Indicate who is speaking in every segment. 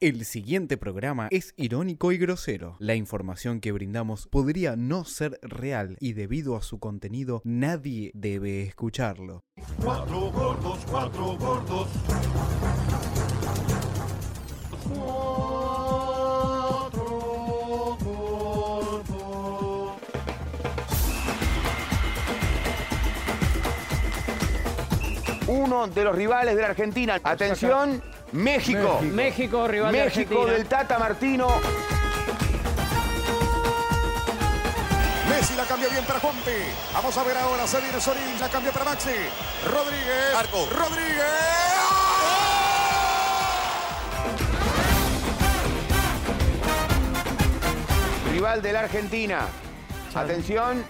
Speaker 1: El siguiente programa es irónico y grosero. La información que brindamos podría no ser real y debido a su contenido nadie debe escucharlo.
Speaker 2: Cuatro gordos, cuatro gordos. Cuatro gordos.
Speaker 3: uno de los rivales de la Argentina. Atención, México.
Speaker 4: México, rival de
Speaker 3: México
Speaker 4: Argentina.
Speaker 3: del Tata Martino.
Speaker 5: Messi la cambió bien para Juanpe. Vamos a ver ahora, se viene Sorín, la cambió para Maxi. Rodríguez. Arco. Rodríguez.
Speaker 3: Rival de la Argentina. Atención,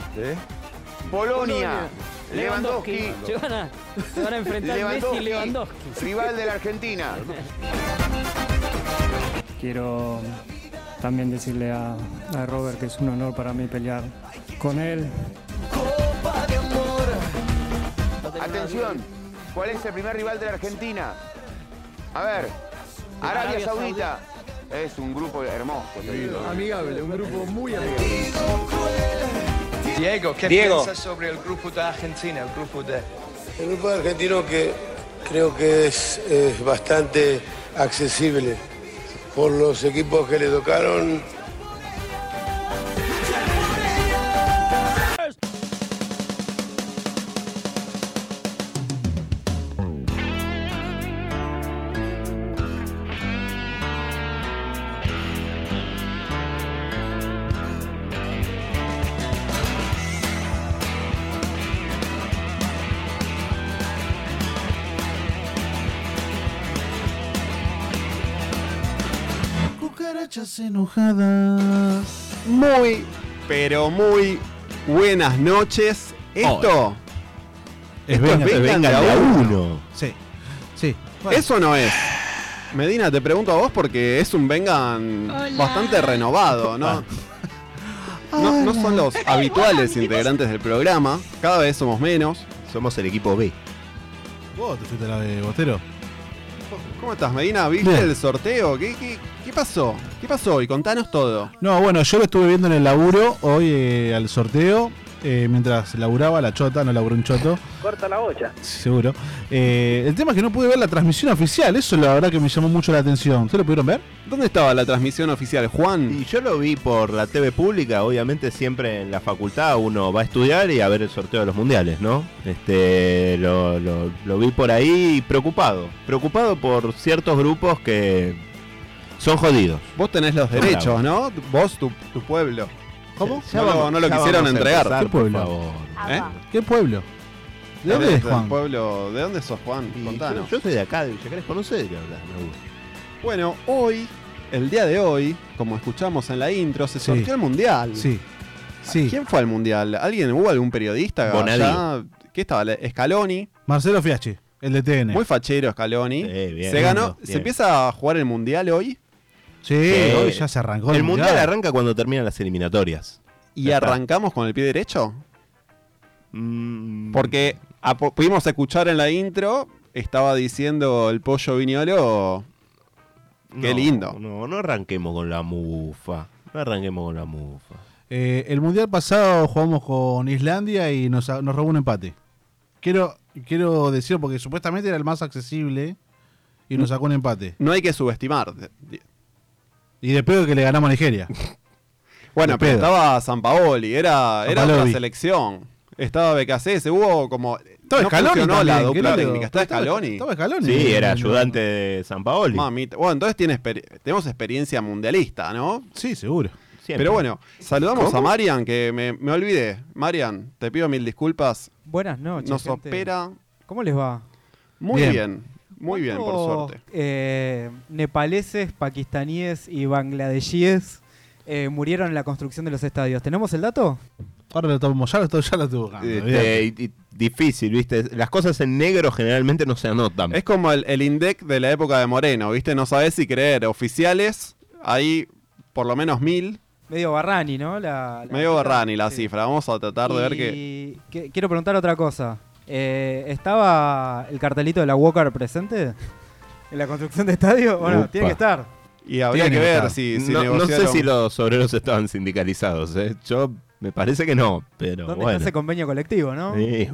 Speaker 3: Polonia. Lewandowski.
Speaker 4: Se van a, se van a enfrentar Messi y Lewandowski.
Speaker 3: Rival de la Argentina.
Speaker 6: Quiero también decirle a, a Robert que es un honor para mí pelear con él.
Speaker 3: Atención, ¿cuál es el primer rival de la Argentina? A ver, Arabia
Speaker 4: Arabia
Speaker 3: Saudita. Es un grupo hermoso. te digo.
Speaker 7: Diego, ¿qué piensas sobre el grupo de Argentina, el grupo de
Speaker 8: El grupo argentino que creo que es eh, bastante accesible por los equipos que le tocaron.
Speaker 9: Cucarachas enojadas.
Speaker 10: Muy, pero muy buenas noches. Esto,
Speaker 9: Es
Speaker 10: vengan- vengan de a
Speaker 9: uno. Sí. Sí. Bueno,
Speaker 10: eso no es. Medina, te pregunto a vos porque es un Vengan bastante renovado, ¿no? No, no son los habituales integrantes del programa, cada vez somos menos.
Speaker 11: Somos el equipo B.
Speaker 9: vos te fuiste a la de Botero.
Speaker 10: ¿Cómo estás, Medina? ¿Viste
Speaker 9: Bien.
Speaker 10: el sorteo? ¿Qué, qué, qué pasó? ¿Qué pasó hoy? Contanos todo.
Speaker 9: No, bueno, yo lo estuve viendo en el laburo hoy eh, al sorteo. eh, mientras laburaba la chota, no laburó un choto.
Speaker 4: Corta la bocha.
Speaker 9: Seguro. Eh, el tema es que no pude ver la transmisión oficial. Eso la verdad que me llamó mucho la atención. ¿Ustedes lo pudieron ver?
Speaker 10: ¿Dónde estaba la transmisión oficial, Juan?
Speaker 11: Y yo lo vi por la TV pública, obviamente siempre en la facultad uno va a estudiar y a ver el sorteo de los mundiales, ¿no? Este, lo, lo- lo vi por ahí preocupado, preocupado por ciertos grupos que son jodidos.
Speaker 10: Vos tenés los
Speaker 11: Bravo.
Speaker 10: derechos, ¿no? Vos, tu, tu pueblo. ¿Cómo?
Speaker 11: Ya
Speaker 10: no, lo-
Speaker 11: vamos-
Speaker 10: no lo
Speaker 11: ya
Speaker 10: quisieron
Speaker 11: vamos a
Speaker 10: entregar.
Speaker 11: empezar,
Speaker 9: ¿Qué
Speaker 11: por
Speaker 9: pueblo?
Speaker 11: favor.
Speaker 10: ¿Eh?
Speaker 9: ¿Qué pueblo? ¿De dónde es,
Speaker 10: Del
Speaker 9: Juan?
Speaker 10: pueblo- ¿De dónde sos, Juan?
Speaker 11: Y Yo,
Speaker 10: Contanos.
Speaker 11: yo soy de acá, de Villa Crespo, no sé de qué hablas, me gusta.
Speaker 10: Bueno, hoy, el día de hoy, como escuchamos en la intro, se sortió el mundial.
Speaker 9: Sí. Sí.
Speaker 10: ¿Quién fue al mundial? ¿Alguien? ¿Hubo algún periodista?
Speaker 11: Bonadío.
Speaker 10: allá? ¿Qué estaba? Scaloni.
Speaker 9: Marcelo Fiachi, el de TN.
Speaker 10: Muy fachero Scaloni.
Speaker 11: Sí, bien,
Speaker 10: se ganó.
Speaker 11: bien.
Speaker 10: ¿Se empieza a jugar el mundial hoy?
Speaker 9: Sí,
Speaker 11: Sí.
Speaker 9: hoy ya se arrancó.
Speaker 11: El mundial arranca cuando terminan las eliminatorias.
Speaker 10: ¿Y
Speaker 11: Ya está.
Speaker 10: arrancamos con el pie derecho?
Speaker 11: Mm,
Speaker 10: Porque a po- pudimos escuchar en la intro, estaba diciendo el pollo viñolo. qué
Speaker 11: no,
Speaker 10: lindo.
Speaker 11: No, no arranquemos con la mufa. No arranquemos con la mufa.
Speaker 9: Eh, el mundial pasado jugamos con Islandia y nos, nos robó un empate. Quiero, quiero decirlo porque supuestamente era el más accesible y
Speaker 11: ¿Mm?
Speaker 9: nos sacó un empate.
Speaker 10: No hay que subestimar.
Speaker 9: Y después de que le ganamos a Nigeria.
Speaker 10: Bueno,
Speaker 9: De
Speaker 10: pero
Speaker 9: pedo.
Speaker 10: estaba San Paoli, era, era otra
Speaker 9: Paoli.
Speaker 10: selección. Estaba BKC, se hubo como.
Speaker 9: Estaba
Speaker 10: no
Speaker 9: Scaloni
Speaker 10: funcionó la
Speaker 9: también,
Speaker 10: dupla
Speaker 9: querido.
Speaker 10: técnica. Estaba
Speaker 9: Estaba-
Speaker 10: Scaloni.
Speaker 9: Estaba Scaloni.
Speaker 11: Sí, era
Speaker 9: No.
Speaker 11: ayudante de San Paoli.
Speaker 10: Mamita. Bueno, entonces tiene exper- tenemos experiencia mundialista, ¿no?
Speaker 9: Sí, seguro.
Speaker 11: Siempre.
Speaker 10: Pero bueno, saludamos a Marian, que me, me olvidé. Marian, te pido mil disculpas.
Speaker 4: Buenas noches.
Speaker 10: Nos
Speaker 4: gente.
Speaker 10: opera
Speaker 4: ¿Cómo les va?
Speaker 10: muy bien.
Speaker 9: Bien.
Speaker 10: Muy bien, por
Speaker 4: ¿Cuántos,
Speaker 10: suerte.
Speaker 4: eh, nepaleses, pakistaníes y bangladesíes eh, murieron en la construcción de los estadios. ¿Tenemos el dato?
Speaker 9: Ahora lo tomamos, ya lo, to- ya lo tuvo. Ah,
Speaker 11: Este,
Speaker 9: bien.
Speaker 11: y- y- difícil, ¿viste? Las cosas en negro generalmente no se anotan.
Speaker 10: Es como el, el INDEC de la época de Moreno, ¿viste? No sabes si creer. Oficiales, hay por lo menos mil.
Speaker 4: Medio Barrani, ¿no? La, la-
Speaker 10: Medio barrani la
Speaker 4: Sí.
Speaker 10: cifra. Vamos a tratar de ver que.
Speaker 4: Y que- Quiero preguntar otra cosa. Eh, ¿Estaba el cartelito de la Walker presente en la construcción de estadio? Bueno,
Speaker 11: Upa.
Speaker 4: tiene que estar.
Speaker 10: Y habría
Speaker 11: Tiene
Speaker 10: que ver
Speaker 11: estado.
Speaker 10: si, si
Speaker 11: no, no sé
Speaker 10: negociaron.
Speaker 11: si los obreros estaban sindicalizados. ¿eh? Yo me parece que no, pero
Speaker 4: ¿Dónde
Speaker 11: bueno.
Speaker 4: está ese convenio colectivo, no?
Speaker 11: Sí.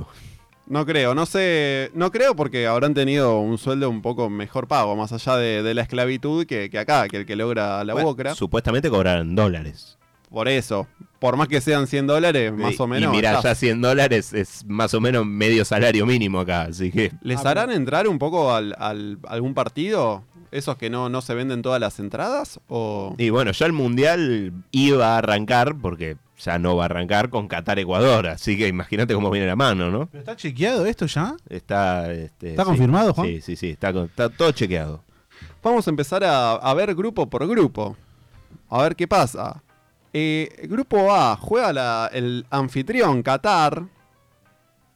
Speaker 10: No creo, no sé, no creo porque habrán tenido un sueldo un poco mejor pago, más allá de, de la esclavitud que, que acá, que el que logra la
Speaker 11: Bueno,
Speaker 10: UOCRA.
Speaker 11: Supuestamente cobrarán dólares.
Speaker 10: Por eso, por más que sean 100 dólares, más
Speaker 11: Y-
Speaker 10: o menos.
Speaker 11: Y mira,
Speaker 10: estás.
Speaker 11: ya 100 dólares es más o menos medio salario mínimo acá, así que.
Speaker 10: ¿Les harán entrar un poco al, al- algún partido? ¿Esos que no, no se venden todas las entradas? ¿O
Speaker 11: Y bueno, ya el mundial iba a arrancar, porque ya no va a arrancar con Qatar-Ecuador, así que imagínate cómo viene la mano, ¿no?
Speaker 9: ¿Está chequeado esto ya?
Speaker 11: Está, este,
Speaker 9: ¿Está
Speaker 11: sí.
Speaker 9: confirmado, Juan?
Speaker 11: Sí, sí, sí, está, con- está todo chequeado.
Speaker 10: vamos a empezar a, a ver grupo por grupo? A ver qué pasa. Eh, grupo A juega la- el anfitrión Qatar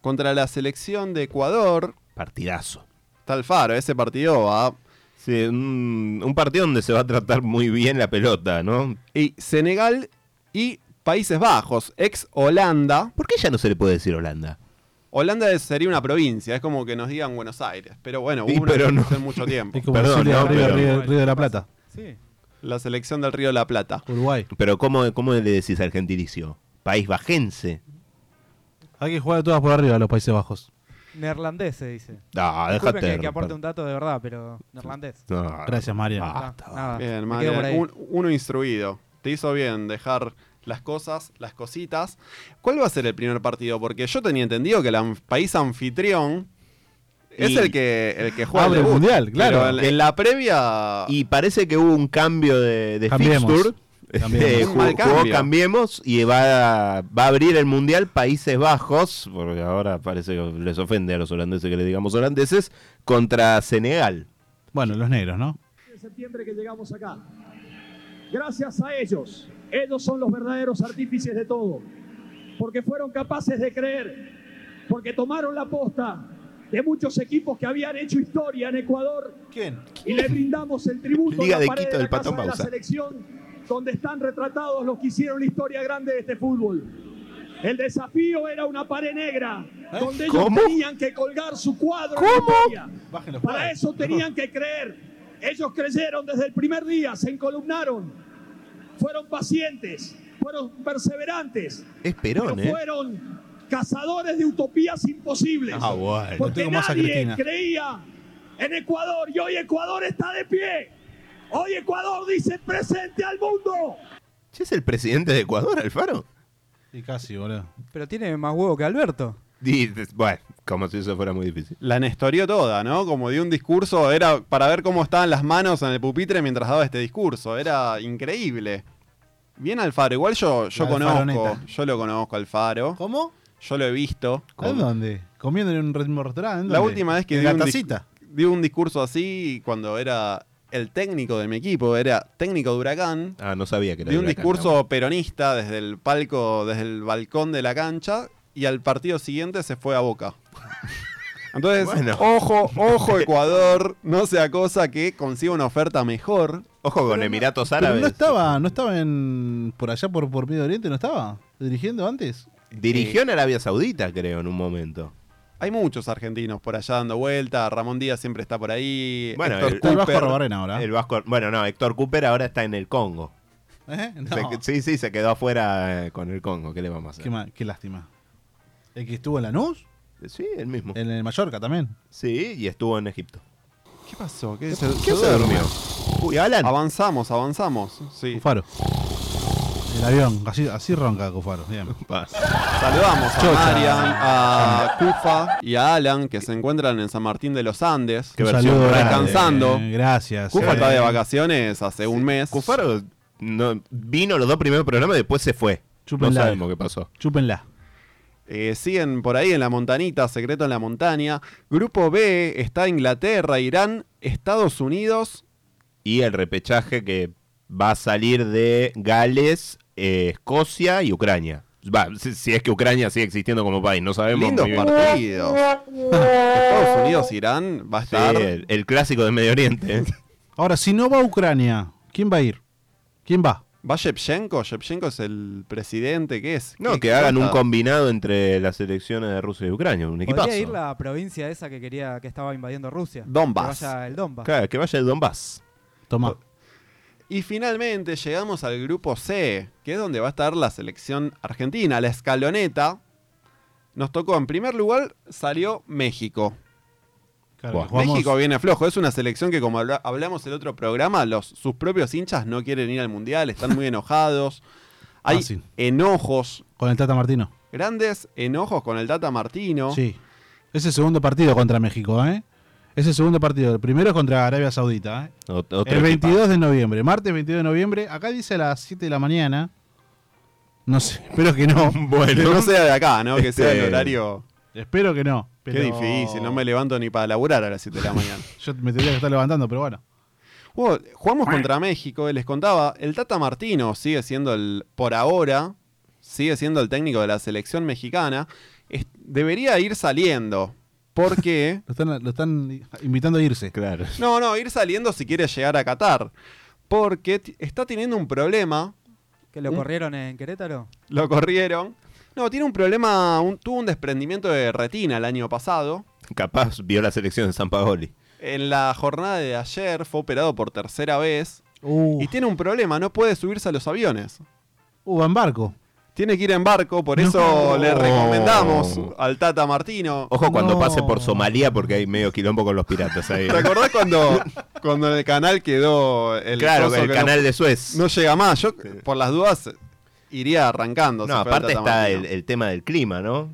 Speaker 10: contra la selección de Ecuador.
Speaker 11: Partidazo.
Speaker 10: Está el faro, ese partido va.
Speaker 11: Sí, un, un partido donde se va a tratar muy bien la pelota, ¿no?
Speaker 10: Y Senegal y Países Bajos, ex Holanda.
Speaker 11: ¿Por qué ya no se le puede decir Holanda?
Speaker 10: Holanda es- sería una provincia, es como que nos digan Buenos Aires. Pero bueno, hubo
Speaker 11: Sí,
Speaker 10: una
Speaker 11: pero
Speaker 10: que
Speaker 11: no.
Speaker 10: hace mucho tiempo.
Speaker 9: Es como
Speaker 11: Perdón,
Speaker 9: decirle a
Speaker 11: no,
Speaker 9: Río,
Speaker 11: pero-
Speaker 9: Río- Río de la Plata,
Speaker 10: La selección del Río de la Plata.
Speaker 9: Uruguay.
Speaker 11: Pero ¿cómo, cómo le decís al gentilicio? País bajense.
Speaker 9: Hay que jugar todas por arriba a los Países Bajos.
Speaker 4: Neerlandés se dice.
Speaker 11: Ah,
Speaker 4: Disculpen
Speaker 11: déjate.
Speaker 4: Que, que aporte un dato de verdad, pero neerlandés.
Speaker 11: No.
Speaker 9: Gracias, María.
Speaker 11: Ah,
Speaker 4: Ah, nada, me
Speaker 10: Bien,
Speaker 4: quedo
Speaker 10: Marian,
Speaker 4: por ahí.
Speaker 10: un- uno instruido. Te hizo bien dejar las cosas, las cositas. ¿Cuál va a ser el primer partido? Porque yo tenía entendido que el anf- país anfitrión es
Speaker 11: Y-
Speaker 10: el que, el que juega
Speaker 9: Abre el
Speaker 10: debut.
Speaker 9: mundial, claro.
Speaker 10: Pero en, en la previa.
Speaker 11: Y parece que hubo un cambio de, de
Speaker 9: Cambiemos.
Speaker 11: fixture.
Speaker 9: Cambiemos.
Speaker 11: Este,
Speaker 10: Un
Speaker 11: ju-
Speaker 10: mal
Speaker 11: jugó
Speaker 10: cambio.
Speaker 11: Cambiemos y va a, va a abrir el Mundial Países Bajos, porque ahora parece que les ofende a los holandeses que le digamos holandeses, contra Senegal.
Speaker 9: Bueno, los negros, ¿no?
Speaker 12: de septiembre que llegamos acá. Gracias a ellos, ellos son los verdaderos artífices de todo, porque fueron capaces de creer, porque tomaron la posta de muchos equipos que habían hecho historia en Ecuador.
Speaker 9: ¿Quién?
Speaker 12: Y le brindamos el tributo
Speaker 11: Liga
Speaker 12: en
Speaker 11: de
Speaker 12: la pared
Speaker 11: Quito
Speaker 12: de la
Speaker 11: del
Speaker 12: casa
Speaker 11: Patón
Speaker 12: de la
Speaker 11: Bausa.
Speaker 12: selección, donde están retratados los que hicieron la historia grande de este fútbol. El desafío era una pared negra,
Speaker 9: ¿Eh?
Speaker 12: donde ellos
Speaker 11: ¿Cómo?
Speaker 12: tenían que colgar su cuadro de historia. Para eso tenían que creer. Ellos creyeron desde el primer día, se encolumnaron, fueron pacientes, fueron perseverantes,
Speaker 11: Es
Speaker 12: pero
Speaker 11: Perón, ¿eh?
Speaker 12: fueron cazadores de utopías imposibles.
Speaker 11: Ah, bueno.
Speaker 12: Porque
Speaker 9: Tengo más a
Speaker 12: nadie
Speaker 9: Cristina.
Speaker 12: creía en Ecuador y hoy Ecuador está de pie. Hoy Ecuador dice presente al mundo.
Speaker 11: ¿Ya es el presidente de Ecuador, Alfaro?
Speaker 9: Y casi, boludo.
Speaker 4: Pero tiene más huevo que Alberto.
Speaker 11: Y, bueno, como si eso fuera muy difícil.
Speaker 10: La nestorió toda, ¿no? Como dio un discurso, era para ver cómo estaban las manos en el pupitre mientras daba este discurso. Era increíble. Bien Alfaro, igual yo, yo
Speaker 9: La
Speaker 10: conozco,
Speaker 9: alfaroneta.
Speaker 10: yo lo conozco Alfaro,
Speaker 9: ¿Cómo?
Speaker 10: yo lo he visto.
Speaker 9: ¿En dónde? ¿Comiendo en un ritmo restaurante? ¿En
Speaker 10: La
Speaker 9: dónde?
Speaker 10: última vez que
Speaker 9: En
Speaker 10: dio
Speaker 9: la
Speaker 10: un, dis-
Speaker 9: tacita.
Speaker 10: dio un discurso así, cuando era el técnico de mi equipo, era técnico de Huracán,
Speaker 11: Ah, no sabía que era
Speaker 10: dio un
Speaker 11: de Huracán, ah,
Speaker 10: discurso peronista desde el palco, desde el balcón de la cancha, y al partido siguiente se fue a Boca. Entonces,
Speaker 11: Bueno.
Speaker 10: ojo, ojo Ecuador, no sea cosa que consiga una oferta mejor.
Speaker 11: Ojo con Emiratos
Speaker 9: Pero
Speaker 11: Árabes.
Speaker 9: no estaba, no estaba en por allá por, por Medio Oriente, no estaba dirigiendo antes. eh,
Speaker 11: Dirigió en Arabia Saudita, creo, en un momento.
Speaker 10: Hay muchos argentinos por allá dando vuelta, Ramón Díaz siempre está por ahí.
Speaker 11: Bueno,
Speaker 10: Héctor
Speaker 11: el-
Speaker 9: Está el Vasco
Speaker 10: Cooper.
Speaker 9: Arrobarena ahora.
Speaker 11: El Vasco, bueno, no, Héctor Cooper ahora está en el Congo.
Speaker 9: ¿Eh? No.
Speaker 11: Se que- sí, sí, se quedó afuera eh, con el Congo. ¿Qué le vamos a hacer?
Speaker 9: Qué, ma- qué lástima. El que estuvo en Lanús,
Speaker 11: Sí, el mismo.
Speaker 9: en el Mallorca también.
Speaker 11: Sí, y estuvo en Egipto.
Speaker 10: ¿Qué pasó? ¿Qué,
Speaker 11: ¿Qué se durmió? Uy, Alan.
Speaker 10: Avanzamos, avanzamos. Sí.
Speaker 9: Cufaro. El avión, así, así ronca Cufaro. Bien.
Speaker 10: Saludamos a
Speaker 9: Chocha.
Speaker 10: Marian, a Kufa y a Alan que se encuentran en San Martín de los Andes.
Speaker 11: Qué
Speaker 9: Un
Speaker 11: versión
Speaker 9: saludo grande.
Speaker 10: descansando.
Speaker 9: Gracias.
Speaker 10: Kufa
Speaker 9: Eh,
Speaker 10: está de vacaciones hace un mes.
Speaker 11: Cufaro no, vino los dos primeros programas y después se fue.
Speaker 9: Chúpenla.
Speaker 11: No sabemos qué pasó.
Speaker 9: Chúpenla.
Speaker 10: Eh, siguen por ahí en la montanita, secreto en la montaña. Grupo B está Inglaterra, Irán, Estados Unidos.
Speaker 11: Y el repechaje que va a salir de Gales, eh, Escocia y Ucrania. Va, si, si es que Ucrania sigue existiendo como país, no sabemos.
Speaker 10: Lindos
Speaker 11: muy bien.
Speaker 10: partidos. Estados Unidos, Irán, va a
Speaker 11: Sí,
Speaker 10: estar.
Speaker 11: el, el clásico de Medio Oriente.
Speaker 9: Ahora, si no va a Ucrania, ¿quién va a ir? ¿Quién va?
Speaker 10: ¿Va Shevchenko? ¿Shevchenko es el presidente? ¿Qué es?
Speaker 11: No,
Speaker 10: ¿Qué-
Speaker 11: que hagan un
Speaker 10: cuánta-
Speaker 11: combinado entre las elecciones de Rusia y Ucrania, un equipazo.
Speaker 4: Podría ir la provincia esa que quería que estaba invadiendo Rusia.
Speaker 10: Donbass.
Speaker 4: Que vaya el Donbass.
Speaker 11: Claro, que vaya el Donbass.
Speaker 9: Tomá.
Speaker 10: Y finalmente llegamos al grupo C, que es donde va a estar la selección argentina, la escaloneta. Nos tocó en primer lugar, salió México.
Speaker 9: Claro,
Speaker 10: Buah,
Speaker 9: jugamos-
Speaker 10: México viene flojo, es una selección que como habla- hablamos el otro programa, los, sus propios hinchas no quieren ir al mundial, están muy enojados. Hay
Speaker 9: Fácil.
Speaker 10: enojos,
Speaker 9: Con el Tata Martino.
Speaker 10: grandes enojos con el Tata Martino.
Speaker 9: Sí. Es el segundo partido contra México, ¿eh? Es el segundo partido. El primero es contra Arabia Saudita, ¿eh?
Speaker 11: Ot- otro
Speaker 9: el 22
Speaker 11: equipazo.
Speaker 9: de noviembre, martes 22 de noviembre. Acá dice a las 7 de la mañana. No sé, espero que no.
Speaker 10: Bueno, no sea de acá, ¿no? Que sea el horario.
Speaker 9: Espero que no. Este, pero-
Speaker 10: Qué difícil, no me levanto ni para laburar a las 7 de la mañana.
Speaker 9: Yo me tendría que estar levantando, pero bueno.
Speaker 10: Bueno, jugamos contra México, les contaba, el Tata Martino sigue siendo el, por ahora, sigue siendo el técnico de la selección mexicana, Es- debería ir saliendo, porque...
Speaker 9: Lo están, lo están invitando a irse.
Speaker 11: Claro.
Speaker 10: No, no, ir saliendo si quiere llegar a Qatar, porque ti- está teniendo un problema,
Speaker 4: ¿Que lo
Speaker 10: Un-
Speaker 4: corrieron en Querétaro?
Speaker 10: lo corrieron, no, tiene un problema, un- tuvo un desprendimiento de retina el año pasado,
Speaker 11: Capaz vio la selección de San Paoli.
Speaker 10: en la jornada de ayer fue operado por tercera vez y tiene un problema, no puede subirse a los aviones.
Speaker 9: Uh, va en barco.
Speaker 10: Tiene que ir en barco, por eso le recomendamos
Speaker 11: Oh.
Speaker 10: al Tata Martino.
Speaker 11: Ojo cuando pase por Somalia porque hay medio quilombo con los piratas ahí. ¿eh?
Speaker 10: ¿Te acordás cuando, cuando en el canal quedó el
Speaker 11: Claro,
Speaker 10: coso
Speaker 11: el
Speaker 10: que
Speaker 11: canal
Speaker 10: no,
Speaker 11: de Suez.
Speaker 10: No llega más, yo por las dudas iría arrancando.
Speaker 11: No,
Speaker 10: si fuera
Speaker 11: aparte
Speaker 10: Tata
Speaker 11: está
Speaker 10: Martino.
Speaker 11: el, el tema del clima, ¿no?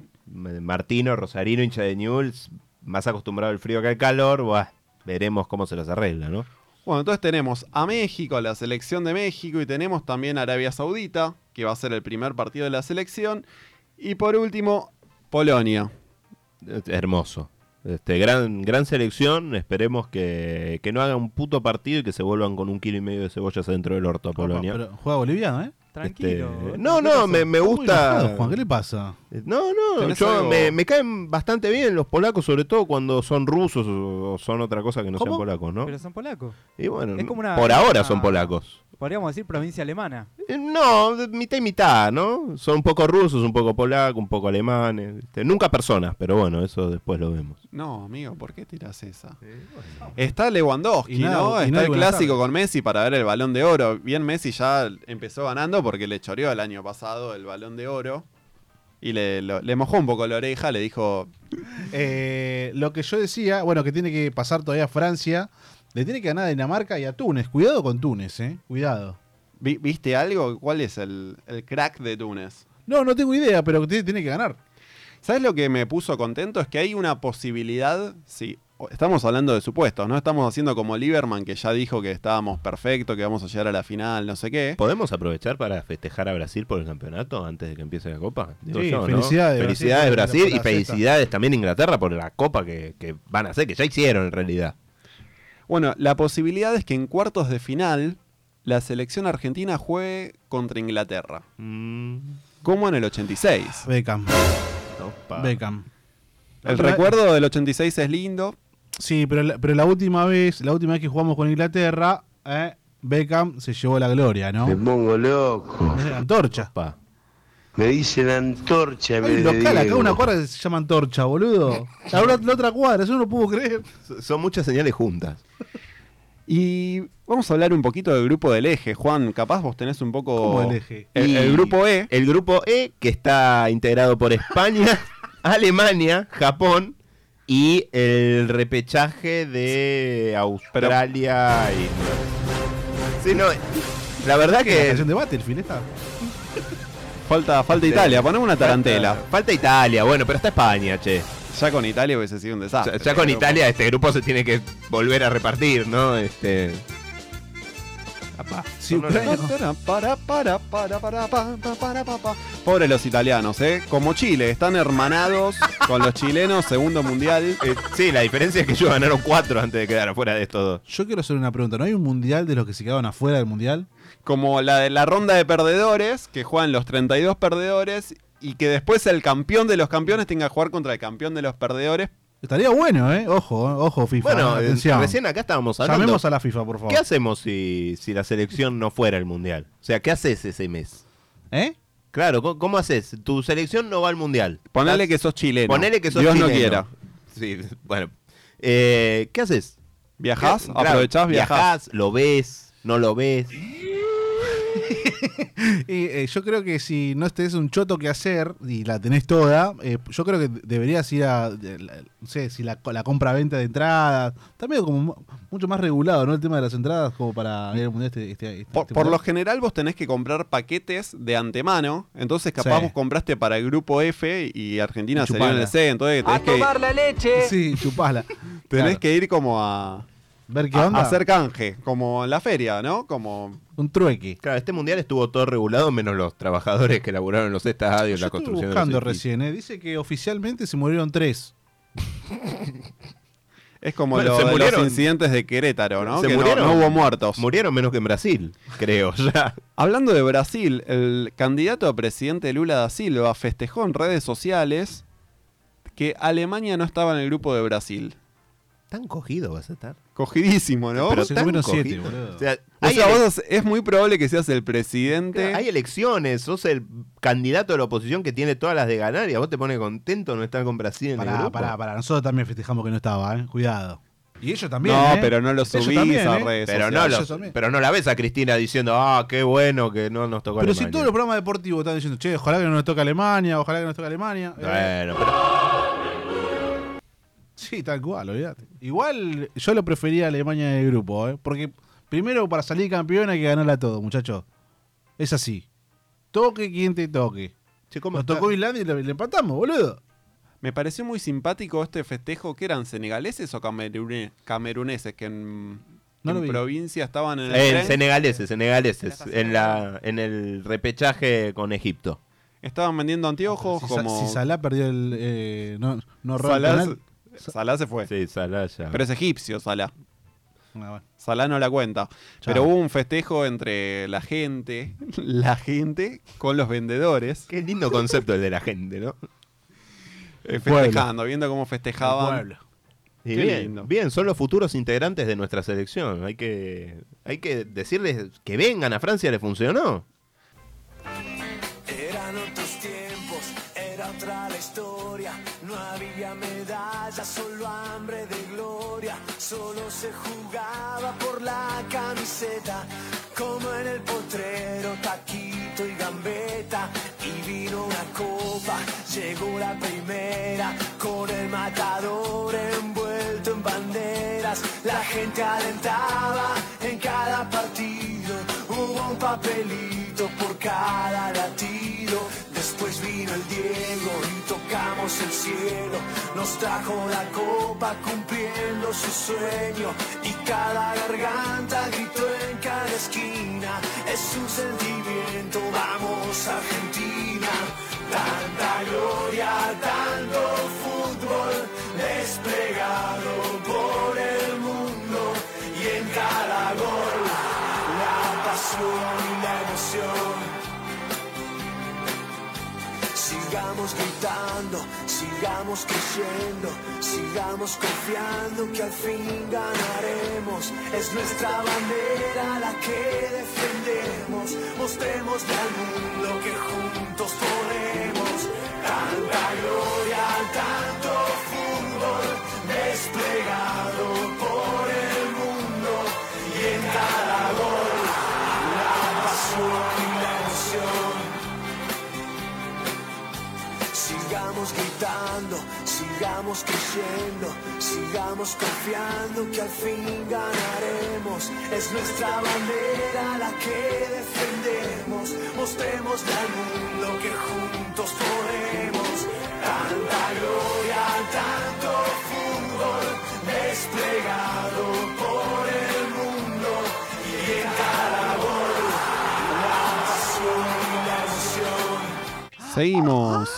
Speaker 11: Martino, Rosarino, hincha de Newell's, más acostumbrado al frío que al calor, buah, veremos cómo se los arregla, ¿no?
Speaker 10: Bueno, entonces tenemos a México, a la selección de México, y tenemos también a Arabia Saudita, que va a ser el primer partido de la selección. Y por último, Polonia.
Speaker 11: Eh, Hermoso. Este, gran, gran selección, esperemos que, que no haga un puto partido y que se vuelvan con un kilo y medio de cebollas adentro del orto a Polonia.
Speaker 9: Pero juega boliviano, ¿eh?
Speaker 11: Este, no, no, me, me
Speaker 9: Está muy
Speaker 11: gusta. Eh,
Speaker 9: enojado, Juan, ¿qué le pasa?
Speaker 11: No, no,
Speaker 9: ¿Tenés
Speaker 11: yo-
Speaker 9: algo?
Speaker 11: me, me caen bastante bien los polacos, sobre todo cuando son rusos o o son otra cosa que no
Speaker 4: ¿Cómo?
Speaker 11: sean polacos, ¿no?
Speaker 4: Pero son polacos.
Speaker 11: Y bueno,
Speaker 4: Es como una-
Speaker 11: por ahora son
Speaker 4: una-
Speaker 11: polacos.
Speaker 4: Podríamos decir provincia alemana.
Speaker 11: Eh, No, de- mitad y mitad, ¿no? Son un poco rusos, un poco polacos, un poco alemanes. este, nunca personas, pero bueno, eso después lo vemos.
Speaker 10: No, amigo, ¿por qué tiras esa? Está Lewandowski,
Speaker 9: Y nada,
Speaker 10: ¿no?
Speaker 9: y
Speaker 10: Está
Speaker 9: nada,
Speaker 10: el
Speaker 9: buenas
Speaker 10: clásico con Messi para ver el balón de oro. Bien, Messi ya empezó ganando porque le choreó el año pasado el balón de oro. Y le, lo- le mojó un poco la oreja, le dijo.
Speaker 9: Eh, lo que yo decía, bueno, que tiene que pasar todavía a Francia, le tiene que ganar a Dinamarca y a Túnez. Cuidado con Túnez, ¿eh? Cuidado.
Speaker 10: "Vi- ¿Viste algo? ¿Cuál es el, el crack de Túnez?
Speaker 9: No, no tengo idea, pero tiene, tiene que ganar.
Speaker 10: ¿Sabes lo que me puso contento? Es que hay una posibilidad, sí. o- Estamos hablando de supuestos, ¿no? Estamos haciendo como Lieberman, que ya dijo que estábamos perfectos, que vamos a llegar a la final, no sé qué.
Speaker 11: ¿Podemos aprovechar para festejar a Brasil por el campeonato antes de que empiece la Copa?
Speaker 9: Sí, felicidades, Brasil,
Speaker 11: Felicidades,
Speaker 9: por la-
Speaker 11: Brasil,
Speaker 9: por la
Speaker 11: y felicidades también Inglaterra por la Copa que, que van a hacer, que ya hicieron en realidad.
Speaker 10: Bueno, la posibilidad es que en cuartos de final la selección argentina juegue contra Inglaterra.
Speaker 11: Mm.
Speaker 10: Como en el 86.
Speaker 9: Beckham. Ah. Beckham.
Speaker 10: El
Speaker 9: Otra-
Speaker 10: recuerdo del 86 es lindo.
Speaker 9: Sí, pero la, pero la última vez, la última vez que jugamos con Inglaterra, eh, Beckham se llevó la gloria, ¿no?
Speaker 8: Me pongo loco.
Speaker 9: Antorcha.
Speaker 8: Me dicen antorcha.
Speaker 9: Hay un local acá, una cuadra que se llama Antorcha, boludo. La, otra- la otra cuadra, yo no lo puedo creer.
Speaker 11: Son muchas señales juntas.
Speaker 10: Y vamos a hablar un poquito del grupo del eje. Juan, capaz vos tenés un poco...
Speaker 11: ¿Cómo
Speaker 9: el eje?
Speaker 10: El,
Speaker 11: Y
Speaker 10: el grupo E.
Speaker 11: El grupo E, que está integrado por España, Alemania, Japón y el repechaje de Australia y. Sí, no, la verdad
Speaker 9: ¿La
Speaker 11: que.
Speaker 9: canción de Battlefield esta?
Speaker 10: Falta, falta Italia, ponemos una tarantela.
Speaker 11: Falta, falta Italia, bueno, pero está España, che.
Speaker 10: Ya con Italia hubiese sido un
Speaker 11: Ya,
Speaker 10: desastre.
Speaker 11: ya con
Speaker 10: Ah, Pero-
Speaker 11: Italia este grupo se tiene que volver a repartir, ¿no? Este. Apá.
Speaker 9: Sí,
Speaker 11: Son
Speaker 9: Ucrania.
Speaker 10: Para, para, para, para, pa, pa, para, pa, pa. Pobre los italianos, ¿eh? Como Chile, están hermanados con los chilenos, segundo mundial.
Speaker 11: Eh, sí, la diferencia es que ellos ganaron cuatro antes de quedar afuera de estos dos.
Speaker 9: Yo quiero hacer una pregunta. ¿No hay un mundial de los que se quedaron afuera del mundial?
Speaker 10: Como la de la ronda de perdedores, que juegan los 32 perdedores y que después el campeón de los campeones tenga que jugar contra el campeón de los perdedores.
Speaker 9: Estaría bueno, ¿eh? Ojo, eh, ojo, FIFA.
Speaker 11: Bueno,
Speaker 9: eh,
Speaker 11: eh,
Speaker 9: atención.
Speaker 11: recién acá estábamos hablando.
Speaker 9: Llamemos a la FIFA, por favor.
Speaker 11: ¿Qué hacemos si, si la selección no fuera al mundial? O sea, ¿qué haces ese mes?
Speaker 9: ¿Eh?
Speaker 11: Claro, ¿cómo, cómo haces? Tu selección no va al mundial.
Speaker 10: Ponele
Speaker 11: Estás-
Speaker 10: que sos chileno.
Speaker 11: Ponele que sos
Speaker 10: Dios no
Speaker 11: chileno.
Speaker 10: quiera.
Speaker 11: Sí, bueno. Eh, ¿Qué haces?
Speaker 10: ¿Viajás?
Speaker 11: ¿Qué-
Speaker 10: ¿Aprovechás? ¿Viajás?
Speaker 11: Eh, Viajás, lo ves. no lo ves.
Speaker 9: Y, eh, yo creo que si no estés un choto que hacer y la tenés toda, eh, yo creo que deberías ir a, de- la- no sé, si la, la compra-venta de entradas. Está medio como mu- mucho más regulado, ¿no? El tema de las entradas como para ir al mundial este, este- este-
Speaker 10: Por,
Speaker 9: este
Speaker 10: por lo
Speaker 9: mundial.
Speaker 10: general vos tenés que comprar paquetes de antemano, entonces capaz
Speaker 9: Sí.
Speaker 10: vos compraste para el grupo F y Argentina
Speaker 9: Y
Speaker 10: salió en
Speaker 9: chupala.
Speaker 10: el C, entonces tenés, que,
Speaker 4: la leche!
Speaker 9: Sí, chupala.
Speaker 10: tenés
Speaker 9: claro.
Speaker 10: que ir como a,
Speaker 9: Ver qué
Speaker 10: a- a
Speaker 9: onda.
Speaker 10: hacer canje, como en la feria, ¿no? Como
Speaker 9: Un trueque.
Speaker 11: Claro, este mundial estuvo todo regulado menos los trabajadores que laburaron en los estadios, la
Speaker 9: Estuve
Speaker 11: construcción
Speaker 9: buscando
Speaker 11: de los edificios.
Speaker 9: recién, ¿eh? Dice que oficialmente se murieron tres.
Speaker 10: es como
Speaker 11: Bueno,
Speaker 10: lo
Speaker 11: se
Speaker 10: de los
Speaker 11: murieron.
Speaker 10: incidentes de Querétaro, ¿no?
Speaker 11: Se
Speaker 10: Que no-
Speaker 11: murieron.
Speaker 10: no hubo muertos.
Speaker 11: Murieron menos que en Brasil, creo ya.
Speaker 10: Hablando de Brasil, el candidato a presidente Lula da Silva festejó en redes sociales que Alemania no estaba en el grupo de Brasil.
Speaker 11: Tan cogido vas a estar.
Speaker 10: Cogidísimo, ¿no?
Speaker 11: Pero
Speaker 9: se
Speaker 11: tan
Speaker 9: comieron
Speaker 11: cogido.
Speaker 9: siete, boludo.
Speaker 11: O sea,
Speaker 10: O
Speaker 11: hay
Speaker 10: sea,
Speaker 11: ele-
Speaker 10: vos es muy probable que seas el presidente.
Speaker 11: hay elecciones, sos el candidato de la oposición que tiene todas las de ganar y a vos te pone contento no estar con Brasil en el
Speaker 9: Pará,
Speaker 11: grupo.
Speaker 9: pará, pará. Nosotros también festejamos que no estaba, ¿eh? Cuidado. Y ellos también.
Speaker 10: no,
Speaker 9: ¿eh?
Speaker 10: pero no lo
Speaker 9: Ellos
Speaker 10: subís
Speaker 9: también,
Speaker 10: a
Speaker 9: ¿eh?
Speaker 10: redes
Speaker 11: Pero no,
Speaker 10: sociales.
Speaker 11: lo-
Speaker 9: Ellos también.
Speaker 11: pero no la ves a Cristina diciendo, ah, qué bueno que no nos tocó
Speaker 9: Pero si
Speaker 11: Alemania.
Speaker 9: todos los programas deportivos están diciendo, che, ojalá que no nos toque Alemania, ojalá que no nos toque Alemania. eh,
Speaker 11: Bueno, pero
Speaker 9: sí, tal cual, olvídate. Igual yo lo prefería a Alemania del grupo, ¿eh? Porque primero para salir campeón hay que ganarla todo, muchachos. Es así. Toque quien te toque.
Speaker 11: Che, ¿cómo
Speaker 9: Nos
Speaker 11: está?
Speaker 9: tocó Islandia y lo- le empatamos, boludo.
Speaker 10: Me pareció muy simpático este festejo que eran senegaleses o camerune- cameruneses que en,
Speaker 9: No
Speaker 10: en
Speaker 9: lo vi.
Speaker 10: provincia estaban en el
Speaker 11: Eh,
Speaker 10: tren.
Speaker 11: senegaleses, senegaleses, en la en el repechaje con Egipto.
Speaker 10: Estaban vendiendo anteojos
Speaker 9: Si, Sa-
Speaker 10: como
Speaker 9: si Salah perdió el. eh, no, no erró el
Speaker 10: Salah
Speaker 9: penal.
Speaker 10: se- Salah se fue.
Speaker 11: Sí, Salaya.
Speaker 10: Pero es egipcio Salah.
Speaker 9: Ah, bueno.
Speaker 10: Salah no la cuenta. Pero hubo un festejo entre la gente, la gente con los vendedores,
Speaker 11: Qué lindo concepto el de la gente, ¿no?
Speaker 10: eh,
Speaker 9: pueblo.
Speaker 10: festejando, viendo cómo festejaban.
Speaker 11: Y
Speaker 10: Qué
Speaker 11: bien,
Speaker 10: lindo.
Speaker 11: bien, son los futuros integrantes de nuestra selección. Hay que, hay que decirles que vengan a Francia, le funcionó.
Speaker 2: Eran otros tiempos, era otra la historia. No había medallas, solo hambre de gloria. Solo se jugaba por la camiseta, como en el potrero, taquito y gambeta. Y vino una copa, llegó la primera, con el matador envuelto en banderas. La gente alentaba en cada partido, hubo un papelito por cada latido. Después vino el Diego y tocamos el cielo, nos trajo la copa cumpliendo su sueño y cada garganta gritó en cada esquina. Es un sentimiento, vamos Argentina, tanta gloria, tanto fútbol desplegado por el mundo y en cada gol la pasión y la emoción. Sigamos gritando, sigamos creyendo, sigamos confiando que al fin ganaremos. Es nuestra bandera la que defendemos. Mostremos al mundo que juntos podemos. Tanta gloria, tanto fútbol desplegado por el mundo y en cada gol la pasión y la emoción. Sigamos gritando, sigamos creciendo, sigamos confiando que al fin ganaremos. Es nuestra bandera la que defendemos. Mostremos al mundo que juntos podemos. Tanta gloria, tanto fútbol desplegado por el mundo y en cada gol la pasión y la emoción.
Speaker 10: Seguimos.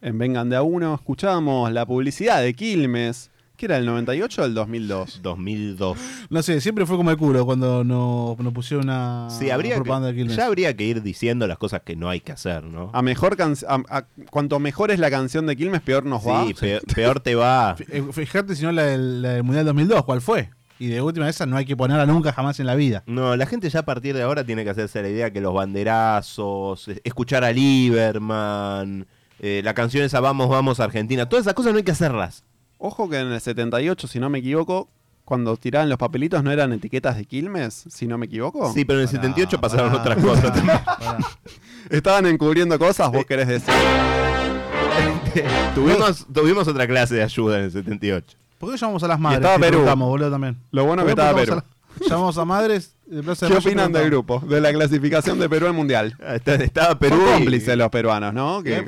Speaker 10: En Vengan de a uno escuchamos la publicidad de Quilmes, que era el 98 al 2002.
Speaker 11: 2002.
Speaker 9: No sé, siempre fue como el culo cuando nos, nos pusieron una
Speaker 11: Sí, habría
Speaker 9: propaganda de
Speaker 11: Ah, que, Ah,
Speaker 9: Quilmes.
Speaker 11: ya habría que ir diciendo las cosas que no hay que hacer, ¿no?
Speaker 10: A mejor can- a- a- cuanto mejor es la canción de Quilmes, peor nos va.
Speaker 11: sí, peor, peor te va.
Speaker 9: Eh, Fijate si no la del, la del Mundial 2002, ¿cuál fue? Y de última esa no hay que ponerla nunca jamás en la vida.
Speaker 11: No, la gente ya a partir de ahora tiene que hacerse la idea que los banderazos, es- escuchar a Lieberman, eh, la canción esa Vamos, Vamos Argentina, todas esas cosas no hay que hacerlas.
Speaker 10: Ojo que en el 78, si no me equivoco, cuando tiraban los papelitos no eran etiquetas de Quilmes, si no me equivoco?
Speaker 11: Sí, pero en el 78 pasaron otras cosas.
Speaker 10: Estaban encubriendo cosas,
Speaker 11: Eh,
Speaker 10: vos querés decir.
Speaker 11: tuvimos, tuvimos otra clase de ayuda en el 78.
Speaker 9: ¿Por qué llamamos a las madres?
Speaker 10: estaba
Speaker 9: Te
Speaker 10: Perú.
Speaker 9: preguntamos, boludo, también.
Speaker 10: Lo bueno
Speaker 9: ¿Por
Speaker 10: que
Speaker 9: qué
Speaker 10: estaba
Speaker 9: preguntamos a la- llamamos a madres de Plaza de
Speaker 10: ¿Qué
Speaker 9: Mayo y
Speaker 10: opinan del
Speaker 9: preguntamos,
Speaker 10: grupo? De la clasificación de Perú al Mundial.
Speaker 11: Estaba Perú.
Speaker 10: Son
Speaker 11: y-
Speaker 10: cómplices los peruanos, ¿no? Que-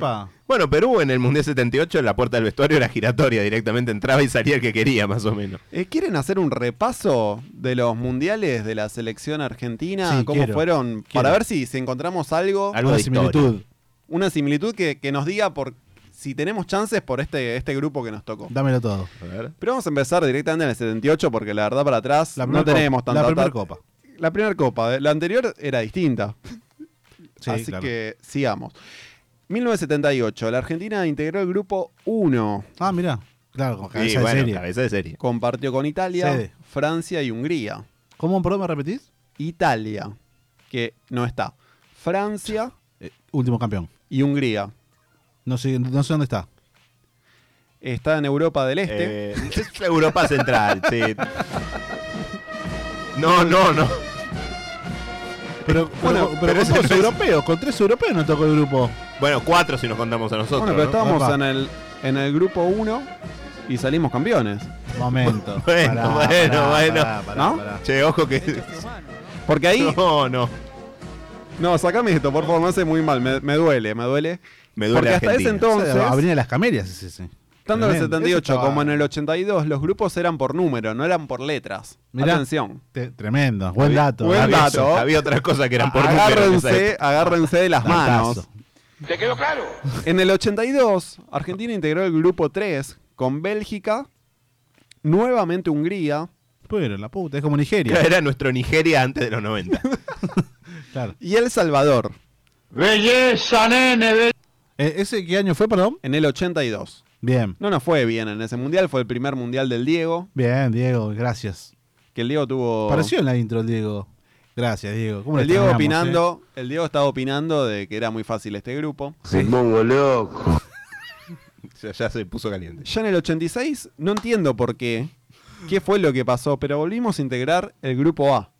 Speaker 11: Bueno, Perú en el Mundial 78 la puerta del vestuario era giratoria, directamente entraba y salía el que quería, más o menos.
Speaker 10: Eh, ¿Quieren hacer un repaso de los mundiales de la selección argentina?
Speaker 11: Sí,
Speaker 10: ¿Cómo
Speaker 11: quiero.
Speaker 10: fueron? Para
Speaker 11: Quiero.
Speaker 10: ver si, si encontramos algo.
Speaker 11: Algo Una de historia. similitud.
Speaker 10: Una similitud que, que nos diga por si tenemos chances por este, este grupo que nos tocó.
Speaker 9: Dámelo todo.
Speaker 10: Pero vamos a empezar directamente en el 78 porque la verdad para atrás
Speaker 9: La
Speaker 10: no
Speaker 9: primer
Speaker 10: tenemos
Speaker 9: copa.
Speaker 10: tanta
Speaker 9: La primer
Speaker 10: data.
Speaker 9: copa.
Speaker 10: La primera copa. eh, La anterior era distinta.
Speaker 9: Sí,
Speaker 10: Así
Speaker 9: claro.
Speaker 10: que sigamos. 1978, la Argentina integró el grupo 1.
Speaker 9: Ah, mirá. Claro, con cabeza de serie.
Speaker 10: Compartió con Italia,
Speaker 9: Sede.
Speaker 10: Francia y Hungría.
Speaker 9: ¿Cómo, perdón, me repetís?
Speaker 10: Italia, que no está. Francia
Speaker 9: Último campeón.
Speaker 10: y Hungría.
Speaker 9: No sé, no sé dónde está.
Speaker 10: Está en Europa del Este.
Speaker 11: Eh, es Europa Central, sí. No, no, no.
Speaker 9: Pero, bueno, pero,
Speaker 11: pero
Speaker 9: con
Speaker 11: ese
Speaker 9: dos
Speaker 11: no es-
Speaker 9: europeos, con tres europeos nos tocó el grupo.
Speaker 11: Bueno, cuatro si nos contamos a nosotros.
Speaker 10: Bueno, pero
Speaker 11: ¿no?
Speaker 10: estábamos
Speaker 11: Opa.
Speaker 10: en el, en el grupo 1 y salimos campeones.
Speaker 9: Momento.
Speaker 11: Bueno,
Speaker 9: Pará,
Speaker 11: bueno,
Speaker 9: pará,
Speaker 11: bueno.
Speaker 9: pará, pará,
Speaker 10: ¿No?
Speaker 9: pará.
Speaker 11: Che, ojo que.
Speaker 10: Porque ahí.
Speaker 11: No, no.
Speaker 10: No, sacame esto, por favor, me hace muy mal. Me, me duele, me duele.
Speaker 11: Me
Speaker 9: duele
Speaker 10: Porque hasta ese
Speaker 9: Argentina.
Speaker 10: entonces.
Speaker 9: O sea, Avenida Las Camelias, ese, ese.
Speaker 10: Tanto en el
Speaker 9: Tremendo.
Speaker 10: 78
Speaker 9: Eso
Speaker 10: como
Speaker 9: estaba-
Speaker 10: en el 82, los grupos eran por número, no eran por letras.
Speaker 9: Mirá.
Speaker 10: Atención.
Speaker 9: Te- Tremendo. Buen dato.
Speaker 10: Buen
Speaker 9: Había-
Speaker 10: dato.
Speaker 11: Había otras cosas que eran por número en esa
Speaker 10: Agárrense,
Speaker 11: época.
Speaker 10: agárrense de las manos.
Speaker 11: Datazo.
Speaker 10: ¿Te quedó claro? En el 82, Argentina integró el grupo 3 con Bélgica, nuevamente Hungría
Speaker 9: Pero la puta, es como Nigeria.
Speaker 11: Era nuestro Nigeria antes de los 90.
Speaker 9: Claro.
Speaker 10: y El Salvador. ¡Belleza, nene!
Speaker 9: Eh, ¿Ese qué año fue, perdón?
Speaker 10: En el 82.
Speaker 9: Bien,
Speaker 10: No nos fue bien en ese mundial, fue el primer mundial del Diego,
Speaker 9: bien, Diego, gracias.
Speaker 10: que el Diego tuvo...
Speaker 9: Pareció en la intro el Diego. Gracias, Diego. ¿Cómo lo
Speaker 10: Oh. el Diego
Speaker 9: extrañamos,
Speaker 10: opinando, el Diego estaba opinando de que era muy fácil este grupo.
Speaker 11: mongo loco. ya, ya se puso caliente.
Speaker 10: Ya en el 86, no entiendo por qué, qué fue lo que pasó, pero volvimos a integrar el grupo A.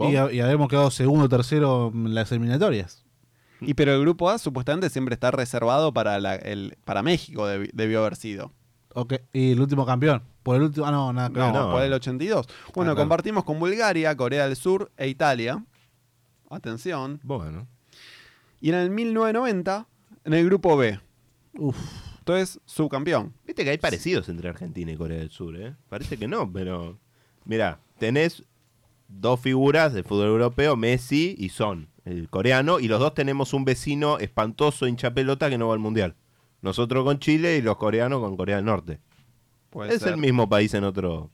Speaker 9: eh? Y, hab- y habíamos quedado segundo, tercero en las eliminatorias.
Speaker 10: Y pero el grupo A supuestamente siempre está reservado para, la- el, para México, debi- debió haber sido.
Speaker 9: Ok, Y el último campeón. Por el último. Ah, no, nada.
Speaker 10: No,
Speaker 9: claro.
Speaker 10: por el 82. Bueno,
Speaker 9: claro.
Speaker 10: compartimos con Bulgaria, Corea del Sur e Italia. Atención.
Speaker 11: Bueno.
Speaker 10: Y en el 1990, en el grupo B.
Speaker 9: Uf.
Speaker 10: Entonces, subcampeón.
Speaker 11: Viste que hay parecidos entre Argentina y Corea del Sur, ¿eh? Parece que no, pero. Mirá, tenés dos figuras del fútbol europeo, Messi y Son, el coreano, y los dos tenemos un vecino espantoso, hincha pelota, que no va al mundial. Nosotros con Chile y los coreanos con Corea del Norte.
Speaker 10: Puede
Speaker 11: es
Speaker 10: ser.
Speaker 11: el mismo país en otro.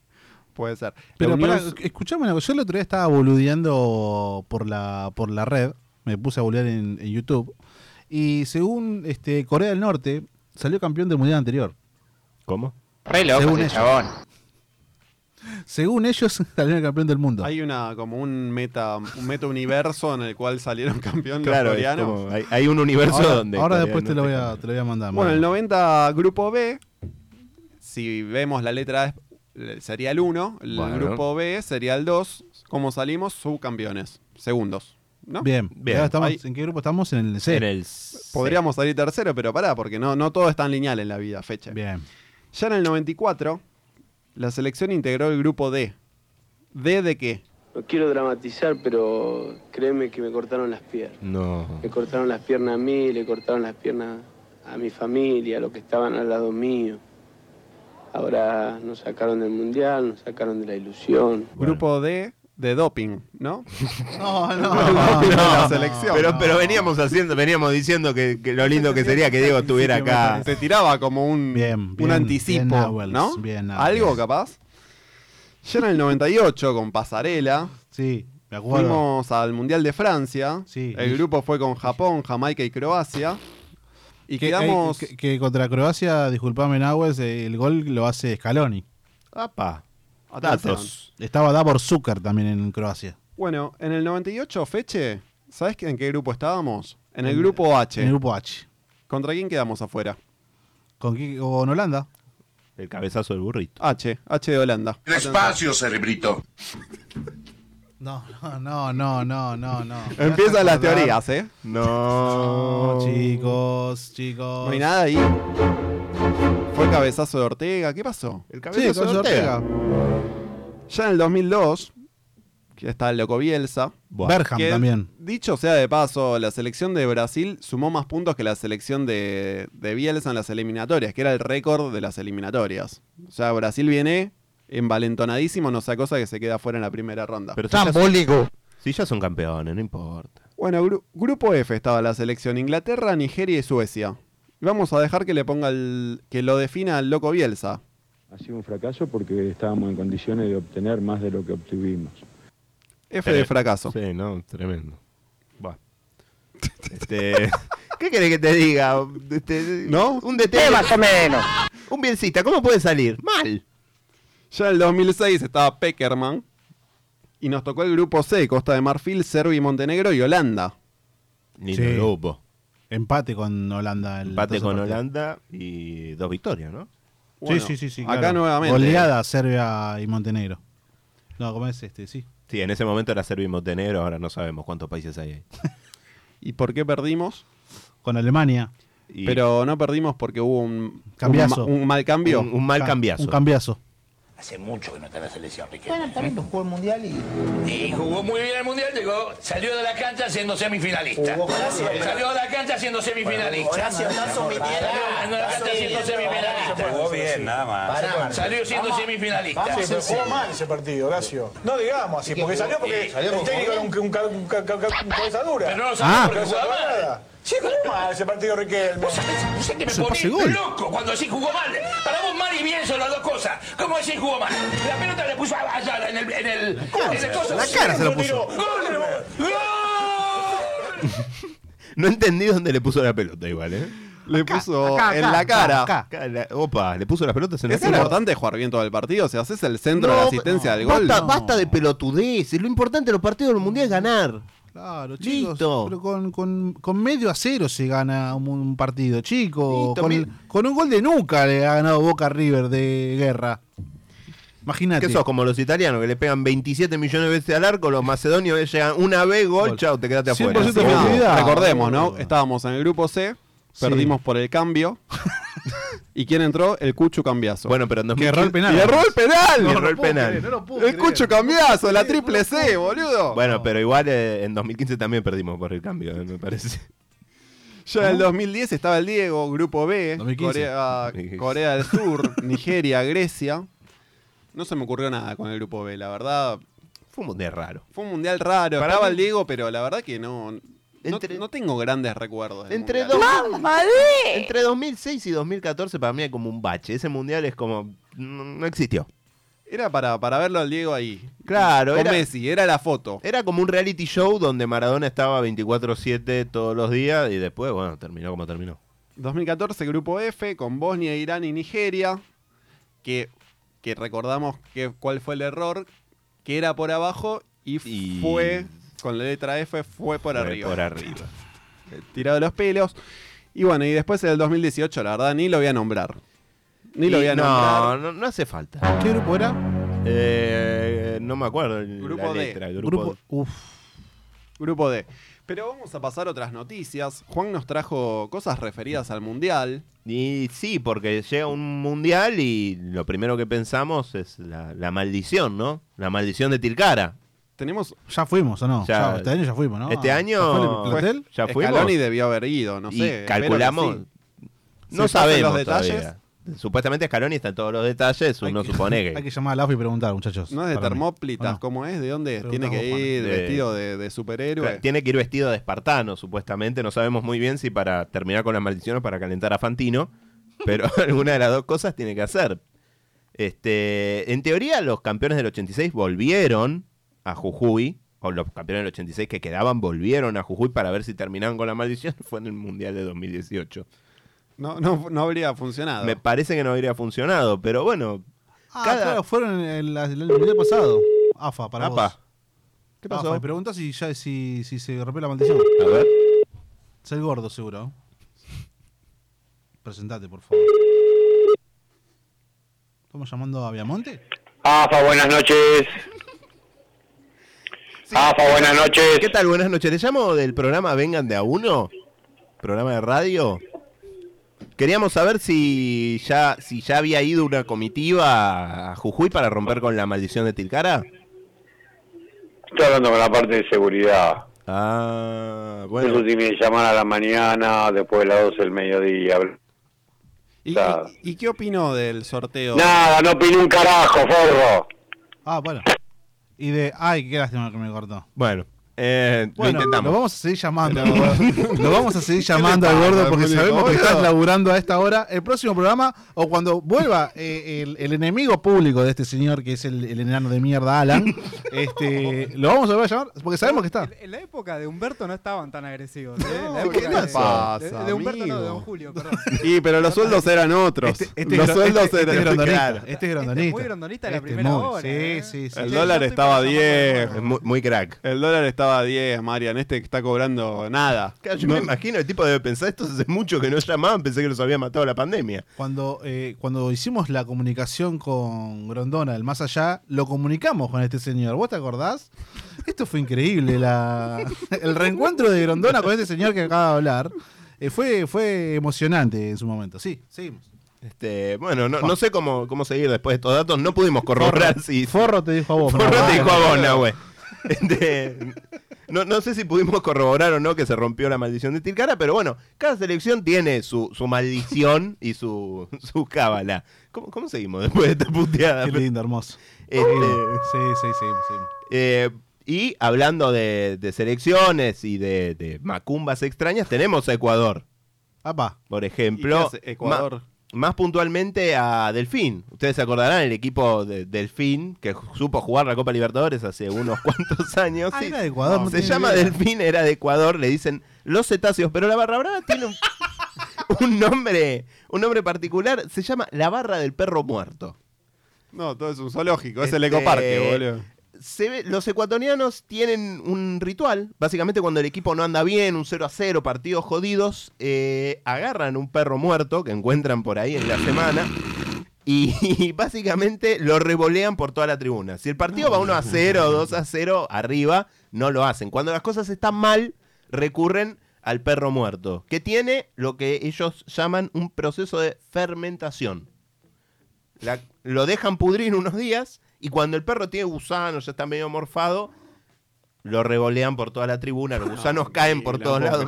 Speaker 10: Puede ser.
Speaker 9: Pero
Speaker 10: La Unión
Speaker 9: pará,
Speaker 10: Su-
Speaker 9: escuchame una cosa. Yo el otro día estaba boludeando por la, por la red. Me puse a boludear en, en YouTube. Y según este, Corea del Norte, salió campeón del mundial anterior.
Speaker 11: ¿Cómo?
Speaker 13: Re loco
Speaker 9: Según
Speaker 13: ese
Speaker 9: ellos.
Speaker 13: chabón.
Speaker 9: Según ellos, salieron campeón del mundo.
Speaker 10: Hay una como un meta un meta universo en el cual salieron campeón
Speaker 11: Claro,
Speaker 10: los
Speaker 11: es
Speaker 10: coreanos.
Speaker 11: como- hay, hay un universo
Speaker 9: ahora,
Speaker 11: donde.
Speaker 9: ahora
Speaker 11: Corea
Speaker 9: después
Speaker 11: del
Speaker 9: te lo,
Speaker 11: Norte
Speaker 9: voy
Speaker 11: está-
Speaker 9: a, te lo voy a mandar.
Speaker 10: Bueno,
Speaker 9: Mario.
Speaker 10: el 90 grupo B, si vemos la letra A, es- eh, sería el 1, el
Speaker 11: Bueno.
Speaker 10: grupo B sería el 2, como salimos subcampeones, segundos, ¿no?
Speaker 9: Bien,
Speaker 11: Bien.
Speaker 9: Ahora estamos-
Speaker 10: Ahí
Speaker 9: ¿en qué grupo estamos? En el C.
Speaker 11: En el
Speaker 10: podríamos salir tercero, pero pará, porque no, no todo es tan lineal en la vida, fecha.
Speaker 9: Bien.
Speaker 10: Ya en el 94, la selección integró el grupo D. ¿D de qué?
Speaker 14: No quiero dramatizar, pero créeme que me cortaron las piernas.
Speaker 11: No.
Speaker 14: Me cortaron las piernas a mí, le cortaron las piernas a mi familia, a los que estaban al lado mío. Ahora nos sacaron del mundial, nos sacaron de la ilusión.
Speaker 10: Grupo D de doping, ¿no?
Speaker 9: No, no.
Speaker 10: no,
Speaker 11: No,
Speaker 10: la
Speaker 11: no,
Speaker 10: selección.
Speaker 11: pero, pero veníamos haciendo, veníamos diciendo que, que lo lindo que sería que Diego estuviera acá.
Speaker 10: Te tiraba como un, un
Speaker 9: bien,
Speaker 10: anticipo,
Speaker 9: bien, Nahuel,
Speaker 10: ¿no?
Speaker 9: bien, Nahuel.
Speaker 10: Algo capaz. Ya en el 98 con Pasarela.
Speaker 9: Sí, me acuerdo.
Speaker 10: Fuimos al Mundial de Francia. El grupo fue con Japón, Jamaica y Croacia. Y
Speaker 9: que, eh,
Speaker 10: quedamos.
Speaker 9: que- que contra Croacia, disculpame Nahuel, eh, el gol lo hace Scaloni.
Speaker 11: Apa.
Speaker 10: Atención.
Speaker 9: Estaba Davor Zucker también en Croacia.
Speaker 10: Bueno, en el 98, Feche, ¿sabes en qué grupo estábamos? En el grupo H.
Speaker 9: En el grupo H.
Speaker 10: ¿Contra quién quedamos afuera?
Speaker 9: ¿Con, quién- o en Holanda?
Speaker 11: El cabezazo del burrito.
Speaker 10: H, H de Holanda.
Speaker 11: Despacio, cerebrito.
Speaker 9: No, no, no, no, no, no, no.
Speaker 10: Empiezan las teorías, ¿eh?
Speaker 11: No.
Speaker 9: Oh, chicos, chicos.
Speaker 10: No hay nada ahí. Fue el cabezazo de Ortega. ¿Qué pasó? El
Speaker 9: cabezazo de Ortega.
Speaker 10: Ya en el 2002, que está el loco Bielsa.
Speaker 9: Berham
Speaker 10: que,
Speaker 9: también.
Speaker 10: Dicho sea de paso, la selección de Brasil sumó más puntos que la selección de, de Bielsa en las eliminatorias, que era el récord de las eliminatorias. O sea, Brasil viene envalentonadísimo, no sea cosa que se queda fuera en la primera ronda.
Speaker 11: Pero si ya son-
Speaker 10: bólico.
Speaker 11: Si ya son campeones, no importa.
Speaker 10: Bueno, gru- grupo F estaba la selección Inglaterra, Nigeria y Suecia. Y Vamos a dejar que le ponga el, que lo defina el loco Bielsa.
Speaker 13: Ha sido un fracaso porque estábamos en condiciones de obtener más de lo que obtuvimos.
Speaker 10: F de fracaso.
Speaker 11: Eh, Sí, no, tremendo. Bueno. Este, ¿Qué querés que te diga? Este,
Speaker 10: ¿No?
Speaker 11: Un DT. más o menos. Un biencita, ¿cómo puede salir? Mal.
Speaker 10: Ya en el 2006 estaba Peckerman. Y nos tocó el grupo C, Costa de Marfil, Serbia y Montenegro y Holanda.
Speaker 11: Lindo
Speaker 9: Sí.
Speaker 11: grupo.
Speaker 9: Empate con Holanda. el-
Speaker 11: Empate
Speaker 9: entonces,
Speaker 11: con
Speaker 9: partido.
Speaker 11: Holanda y dos victorias, ¿no?
Speaker 9: Sí, sí, sí, sí.
Speaker 10: acá
Speaker 9: claro.
Speaker 10: nuevamente.
Speaker 9: Goleada Serbia y Montenegro. No, ¿cómo es este? Sí.
Speaker 11: Sí, en ese momento era Serbia y Montenegro, ahora no sabemos cuántos países hay ahí.
Speaker 10: ¿Y por qué perdimos?
Speaker 9: Con Alemania.
Speaker 11: Y-
Speaker 10: Pero no perdimos porque hubo un,
Speaker 9: Cambiazo.
Speaker 10: un, ma- un mal cambio.
Speaker 11: Un- un mal
Speaker 9: Ca-
Speaker 11: cambiazo.
Speaker 9: Un cambiazo.
Speaker 15: Hace mucho que no está en la selección, Riquelme.
Speaker 16: Bueno, también jugó el mundial y.
Speaker 15: Y jugó muy bien el mundial, llegó, salió de la cancha siendo semifinalista.
Speaker 16: Jugó gracias.
Speaker 15: Salió de la cancha siendo semifinalista.
Speaker 16: Bueno, gracias, Tazo, mi tierra.
Speaker 15: Salió de la cancha siendo semifinalista.
Speaker 16: Jugó bien, nada más. Pará.
Speaker 15: Salió siendo
Speaker 16: Vamos.
Speaker 15: semifinalista.
Speaker 16: Vamos,
Speaker 15: Sí,
Speaker 16: pero
Speaker 15: sí.
Speaker 16: jugó mal ese partido, Horacio. No digamos así,
Speaker 15: ¿Y qué
Speaker 16: porque
Speaker 15: jugó?
Speaker 16: salió porque
Speaker 15: Eh, salió
Speaker 16: el
Speaker 15: porque
Speaker 16: técnico era
Speaker 15: jugó
Speaker 16: un, un, ca- un ca- ca- ca- un cabeza dura.
Speaker 15: Pero no lo salió Ah. porque
Speaker 16: No
Speaker 15: jugaba
Speaker 16: salió
Speaker 15: mal.
Speaker 16: nada. Sí, jugó mal ese partido, Riquelme.
Speaker 15: No sé que me
Speaker 16: Se pase
Speaker 15: ponés
Speaker 16: gol.
Speaker 15: loco cuando decís jugó mal. Para vos mal y bien son las dos cosas. ¿Cómo decís jugó mal? La pelota le puso a- allá en el... En el
Speaker 11: cara,
Speaker 15: en el
Speaker 11: la cara se lo puso.
Speaker 15: Gol, gol.
Speaker 11: No entendí dónde le puso la pelota igual, ¿eh?
Speaker 10: Le puso
Speaker 11: acá,
Speaker 10: en
Speaker 11: acá,
Speaker 10: la cara.
Speaker 11: acá, acá, la- Opa, le puso las pelotas en la
Speaker 10: Es
Speaker 11: cara.
Speaker 10: importante jugar bien todo el partido. Si haces el centro de la
Speaker 11: No,
Speaker 10: asistencia
Speaker 11: no.
Speaker 10: del gol.
Speaker 17: Basta, basta de pelotudeces. Lo importante de los partidos del mundial es ganar.
Speaker 9: Claro, chicos.
Speaker 17: Listo.
Speaker 9: Pero con, con- con medio a cero se gana un, un partido, chico.
Speaker 17: Listo,
Speaker 9: con,
Speaker 17: mi-
Speaker 9: con un gol de nuca le ha ganado Boca a River de guerra. Imagínate.
Speaker 10: Ah,
Speaker 11: Que sos como los italianos que le pegan 27 millones de veces al arco, los macedonios llegan una vez gol, chao, te quedaste afuera.
Speaker 10: 100%
Speaker 11: Así que nada.
Speaker 10: felicidad. Recordemos, ¿no? Estábamos en el grupo C,
Speaker 11: Sí.
Speaker 10: perdimos por el cambio. ¿Y quién entró? El Cuchu Cambiazo. Bueno,
Speaker 11: pero no
Speaker 10: Que erró el penal.
Speaker 11: Y erró el penal.
Speaker 10: No,
Speaker 11: Y
Speaker 10: no
Speaker 11: erró el
Speaker 10: puedo
Speaker 11: penal.
Speaker 10: creer, no lo puedo El creer. Cucho Cambiazo, la triple C, boludo.
Speaker 11: Bueno, pero igual eh, en 2015 también perdimos por el cambio, eh, me parece.
Speaker 10: Ya en el 2010 estaba el Diego, grupo B,
Speaker 11: 2015.
Speaker 10: Corea, ah, Corea del Sur, Nigeria, Grecia. No se me ocurrió nada con el grupo B, la verdad.
Speaker 11: Fue un mundial raro.
Speaker 10: Fue un mundial raro.
Speaker 11: Para
Speaker 10: Estaba
Speaker 11: mí-
Speaker 10: el Diego, pero la verdad que no. no- no, tengo grandes recuerdos. del
Speaker 17: Entre,
Speaker 10: mundial.
Speaker 17: dos-
Speaker 11: Entre 2006 y 2014 para mí hay como un bache. Ese mundial es como... No, no existió.
Speaker 10: Era para, para verlo al Diego ahí.
Speaker 11: Claro,
Speaker 10: Con
Speaker 11: era-
Speaker 10: Messi, era la foto.
Speaker 11: Era como un reality show donde Maradona estaba 24-7 todos los días y después, bueno, terminó como terminó.
Speaker 10: 2014, grupo F, con Bosnia, Irán y Nigeria. Que, que recordamos que, cuál fue el error, que era por abajo y, fue, con la letra F, fue por
Speaker 11: Fue
Speaker 10: arriba.
Speaker 11: Eh, por arriba.
Speaker 10: Tirado de los pelos. Y bueno, y después en el 2018, la verdad, ni lo voy a nombrar. Ni lo
Speaker 11: Y
Speaker 10: voy a
Speaker 11: no,
Speaker 10: nombrar.
Speaker 11: No, no hace falta.
Speaker 9: ¿Qué grupo era?
Speaker 11: Eh, no me acuerdo el,
Speaker 10: Grupo
Speaker 11: la
Speaker 10: D.
Speaker 11: letra. el
Speaker 10: Grupo-
Speaker 11: grupo,
Speaker 10: Grupo D. Pero vamos a pasar a otras noticias. Juan nos trajo cosas referidas al Mundial.
Speaker 11: Y sí, porque llega un mundial y lo primero que pensamos es la, la maldición, ¿no? La maldición de Tilcara.
Speaker 10: Tenemos.
Speaker 9: Ya fuimos o no.
Speaker 11: Ya-
Speaker 9: Ya, este año ya fuimos, ¿no?
Speaker 11: Este
Speaker 9: Ah,
Speaker 11: año-
Speaker 9: ¿ya fue el plantel?
Speaker 11: Ya fuimos.
Speaker 10: Scaloni debió haber ido, no
Speaker 11: y
Speaker 10: sé.
Speaker 11: calculamos.
Speaker 10: espero que sí.
Speaker 11: No
Speaker 10: Si pasan
Speaker 11: sabemos
Speaker 10: los detalles.
Speaker 11: todavía. Supuestamente Scaloni está en todos los detalles, uno supone que.
Speaker 9: Hay que llamar a la AFI y preguntar, muchachos.
Speaker 10: No es de
Speaker 9: para mí.
Speaker 10: termóplitas,
Speaker 9: ¿O no?
Speaker 10: ¿cómo es? ¿De dónde? es? Tiene
Speaker 9: Preguntá
Speaker 10: que
Speaker 9: vos, Juan.
Speaker 10: ir
Speaker 11: Eh,
Speaker 10: vestido de, de superhéroe.
Speaker 11: Claro, Tiene que ir vestido de espartano, supuestamente. No sabemos muy bien si para terminar con las maldiciones o para calentar a Fantino. Pero alguna de las dos cosas tiene que hacer. Este, en teoría, los campeones del 86 volvieron a Jujuy. O los campeones del 86 que quedaban volvieron a Jujuy para ver si terminaban con la maldición. Fue en el Mundial de 2018.
Speaker 10: No, no, no habría funcionado.
Speaker 11: Me parece que no habría funcionado, pero bueno.
Speaker 9: Ah, claro, fueron en la- en el mundial pasado. AFA, para
Speaker 11: Apa.
Speaker 9: vos.
Speaker 11: ¿Qué pasó?
Speaker 9: AFA, y pregunta si, ya, si, si se rompió la maldición.
Speaker 11: A ver.
Speaker 9: Es el gordo, seguro. Presentate, por favor. ¿Estamos llamando a Viamonte?
Speaker 18: AFA, buenas noches. AFA, buenas noches.
Speaker 11: ¿Qué tal? Buenas noches. Te llamo del programa Vengan de a uno, programa de radio. Queríamos saber si ya, si ya había ido una comitiva a Jujuy para romper con la maldición de Tilcara.
Speaker 18: Estoy hablando con la parte de seguridad.
Speaker 11: Ah, bueno.
Speaker 18: Eso tiene que llamar a la mañana, después de las 12 del mediodía.
Speaker 10: ¿Y,
Speaker 18: Claro.
Speaker 10: y- y qué opinó del sorteo?
Speaker 18: Nada, no opino un carajo, forro.
Speaker 9: Ah, bueno. Y de. Ay, qué lástima que me cortó.
Speaker 11: Bueno, eh,
Speaker 9: Bueno,
Speaker 11: lo
Speaker 9: lo
Speaker 11: intentamos.
Speaker 9: vamos a seguir llamando. lo vamos a seguir llamando al
Speaker 11: pasa,
Speaker 9: gordo porque
Speaker 11: Julio,
Speaker 9: sabemos que
Speaker 11: boludo?
Speaker 9: estás laburando a esta hora. El próximo programa, o cuando vuelva eh, el, el enemigo público de este señor, que es el, el enano de mierda, Alan, este, lo vamos a volver a llamar porque sabemos que está.
Speaker 4: En la época de Humberto no estaban tan agresivos. ¿eh? En la
Speaker 9: ¿qué
Speaker 4: época
Speaker 9: le
Speaker 4: de-
Speaker 9: pasa,
Speaker 4: de- de, Humberto no, de Don Julio, perdón.
Speaker 10: Y pero los sueldos eran otros. los
Speaker 9: gro-
Speaker 10: sueldos
Speaker 9: este- este
Speaker 10: eran
Speaker 9: es grondonista,
Speaker 10: claro.
Speaker 9: Este es grondonista.
Speaker 4: muy grondonista de la
Speaker 9: Este es
Speaker 4: primera
Speaker 9: muy-
Speaker 4: hora,
Speaker 9: Sí,
Speaker 4: ¿eh?
Speaker 9: sí, sí.
Speaker 10: El dólar estaba a 10.
Speaker 11: Muy, crack.
Speaker 10: El dólar estaba a 10, Marian. Este que está cobrando nada.
Speaker 11: Claro, yo me imagino, el tipo debe pensar, esto hace mucho que no llamaban, pensé que los había matado la pandemia.
Speaker 9: Cuando, eh, cuando hicimos la comunicación con Grondona, el más allá, lo comunicamos con este señor. ¿Vos te acordás? Esto fue increíble. La, el reencuentro de Grondona con este señor que acaba de hablar eh, fue, fue emocionante en su momento. Sí, sí.
Speaker 11: Este, bueno, no, no sé cómo, cómo seguir después de estos datos, no pudimos corroborar si...
Speaker 9: Forro te dijo a vos.
Speaker 11: Forro
Speaker 9: ¿no?
Speaker 11: te dijo a vos, Nahue. Este, no, no sé si pudimos corroborar o no que se rompió la maldición de Tilcara, pero bueno, cada selección tiene su, su maldición y su, su cábala. ¿Cómo, ¿Cómo seguimos después de esta puteada?
Speaker 9: Qué lindo, hermoso.
Speaker 11: Este,
Speaker 9: Sí, sí, sí. sí.
Speaker 11: Eh, y hablando de, de selecciones y de, de macumbas extrañas, tenemos a Ecuador,
Speaker 9: Apa.
Speaker 11: por
Speaker 10: ¿Y
Speaker 11: ejemplo.
Speaker 10: qué hace Ecuador?
Speaker 11: Ma- más puntualmente a Delfín. Ustedes se acordarán el equipo de Delfín que ju- supo jugar la Copa Libertadores hace unos cuantos años.
Speaker 9: Ah,
Speaker 11: Sí.
Speaker 9: era de Ecuador, no
Speaker 11: se
Speaker 9: tenía
Speaker 11: llama
Speaker 9: idea.
Speaker 11: Delfín, era de Ecuador, le dicen los cetáceos, pero la barra brava tiene un, un nombre, un nombre particular, se llama la barra del perro muerto.
Speaker 10: No, todo es un zoológico. Es el
Speaker 11: Este,
Speaker 10: ecoparque, boludo.
Speaker 11: se ve- los ecuatorianos tienen un ritual. Básicamente, cuando el equipo no anda bien, un 0 a 0, partidos jodidos, eh, agarran un perro muerto que encuentran por ahí en la semana. Y, básicamente lo revolean por toda la tribuna. Si el partido va 1 a
Speaker 10: Ah.
Speaker 11: 0, 2 a 0, arriba, no lo hacen. Cuando las cosas están mal, recurren al perro muerto, que tiene lo que ellos llaman un proceso de fermentación. La- lo dejan pudrir unos días y cuando el perro tiene gusanos, ya está medio morfado, lo revolean por toda la tribuna, los gusanos caen por todos lados.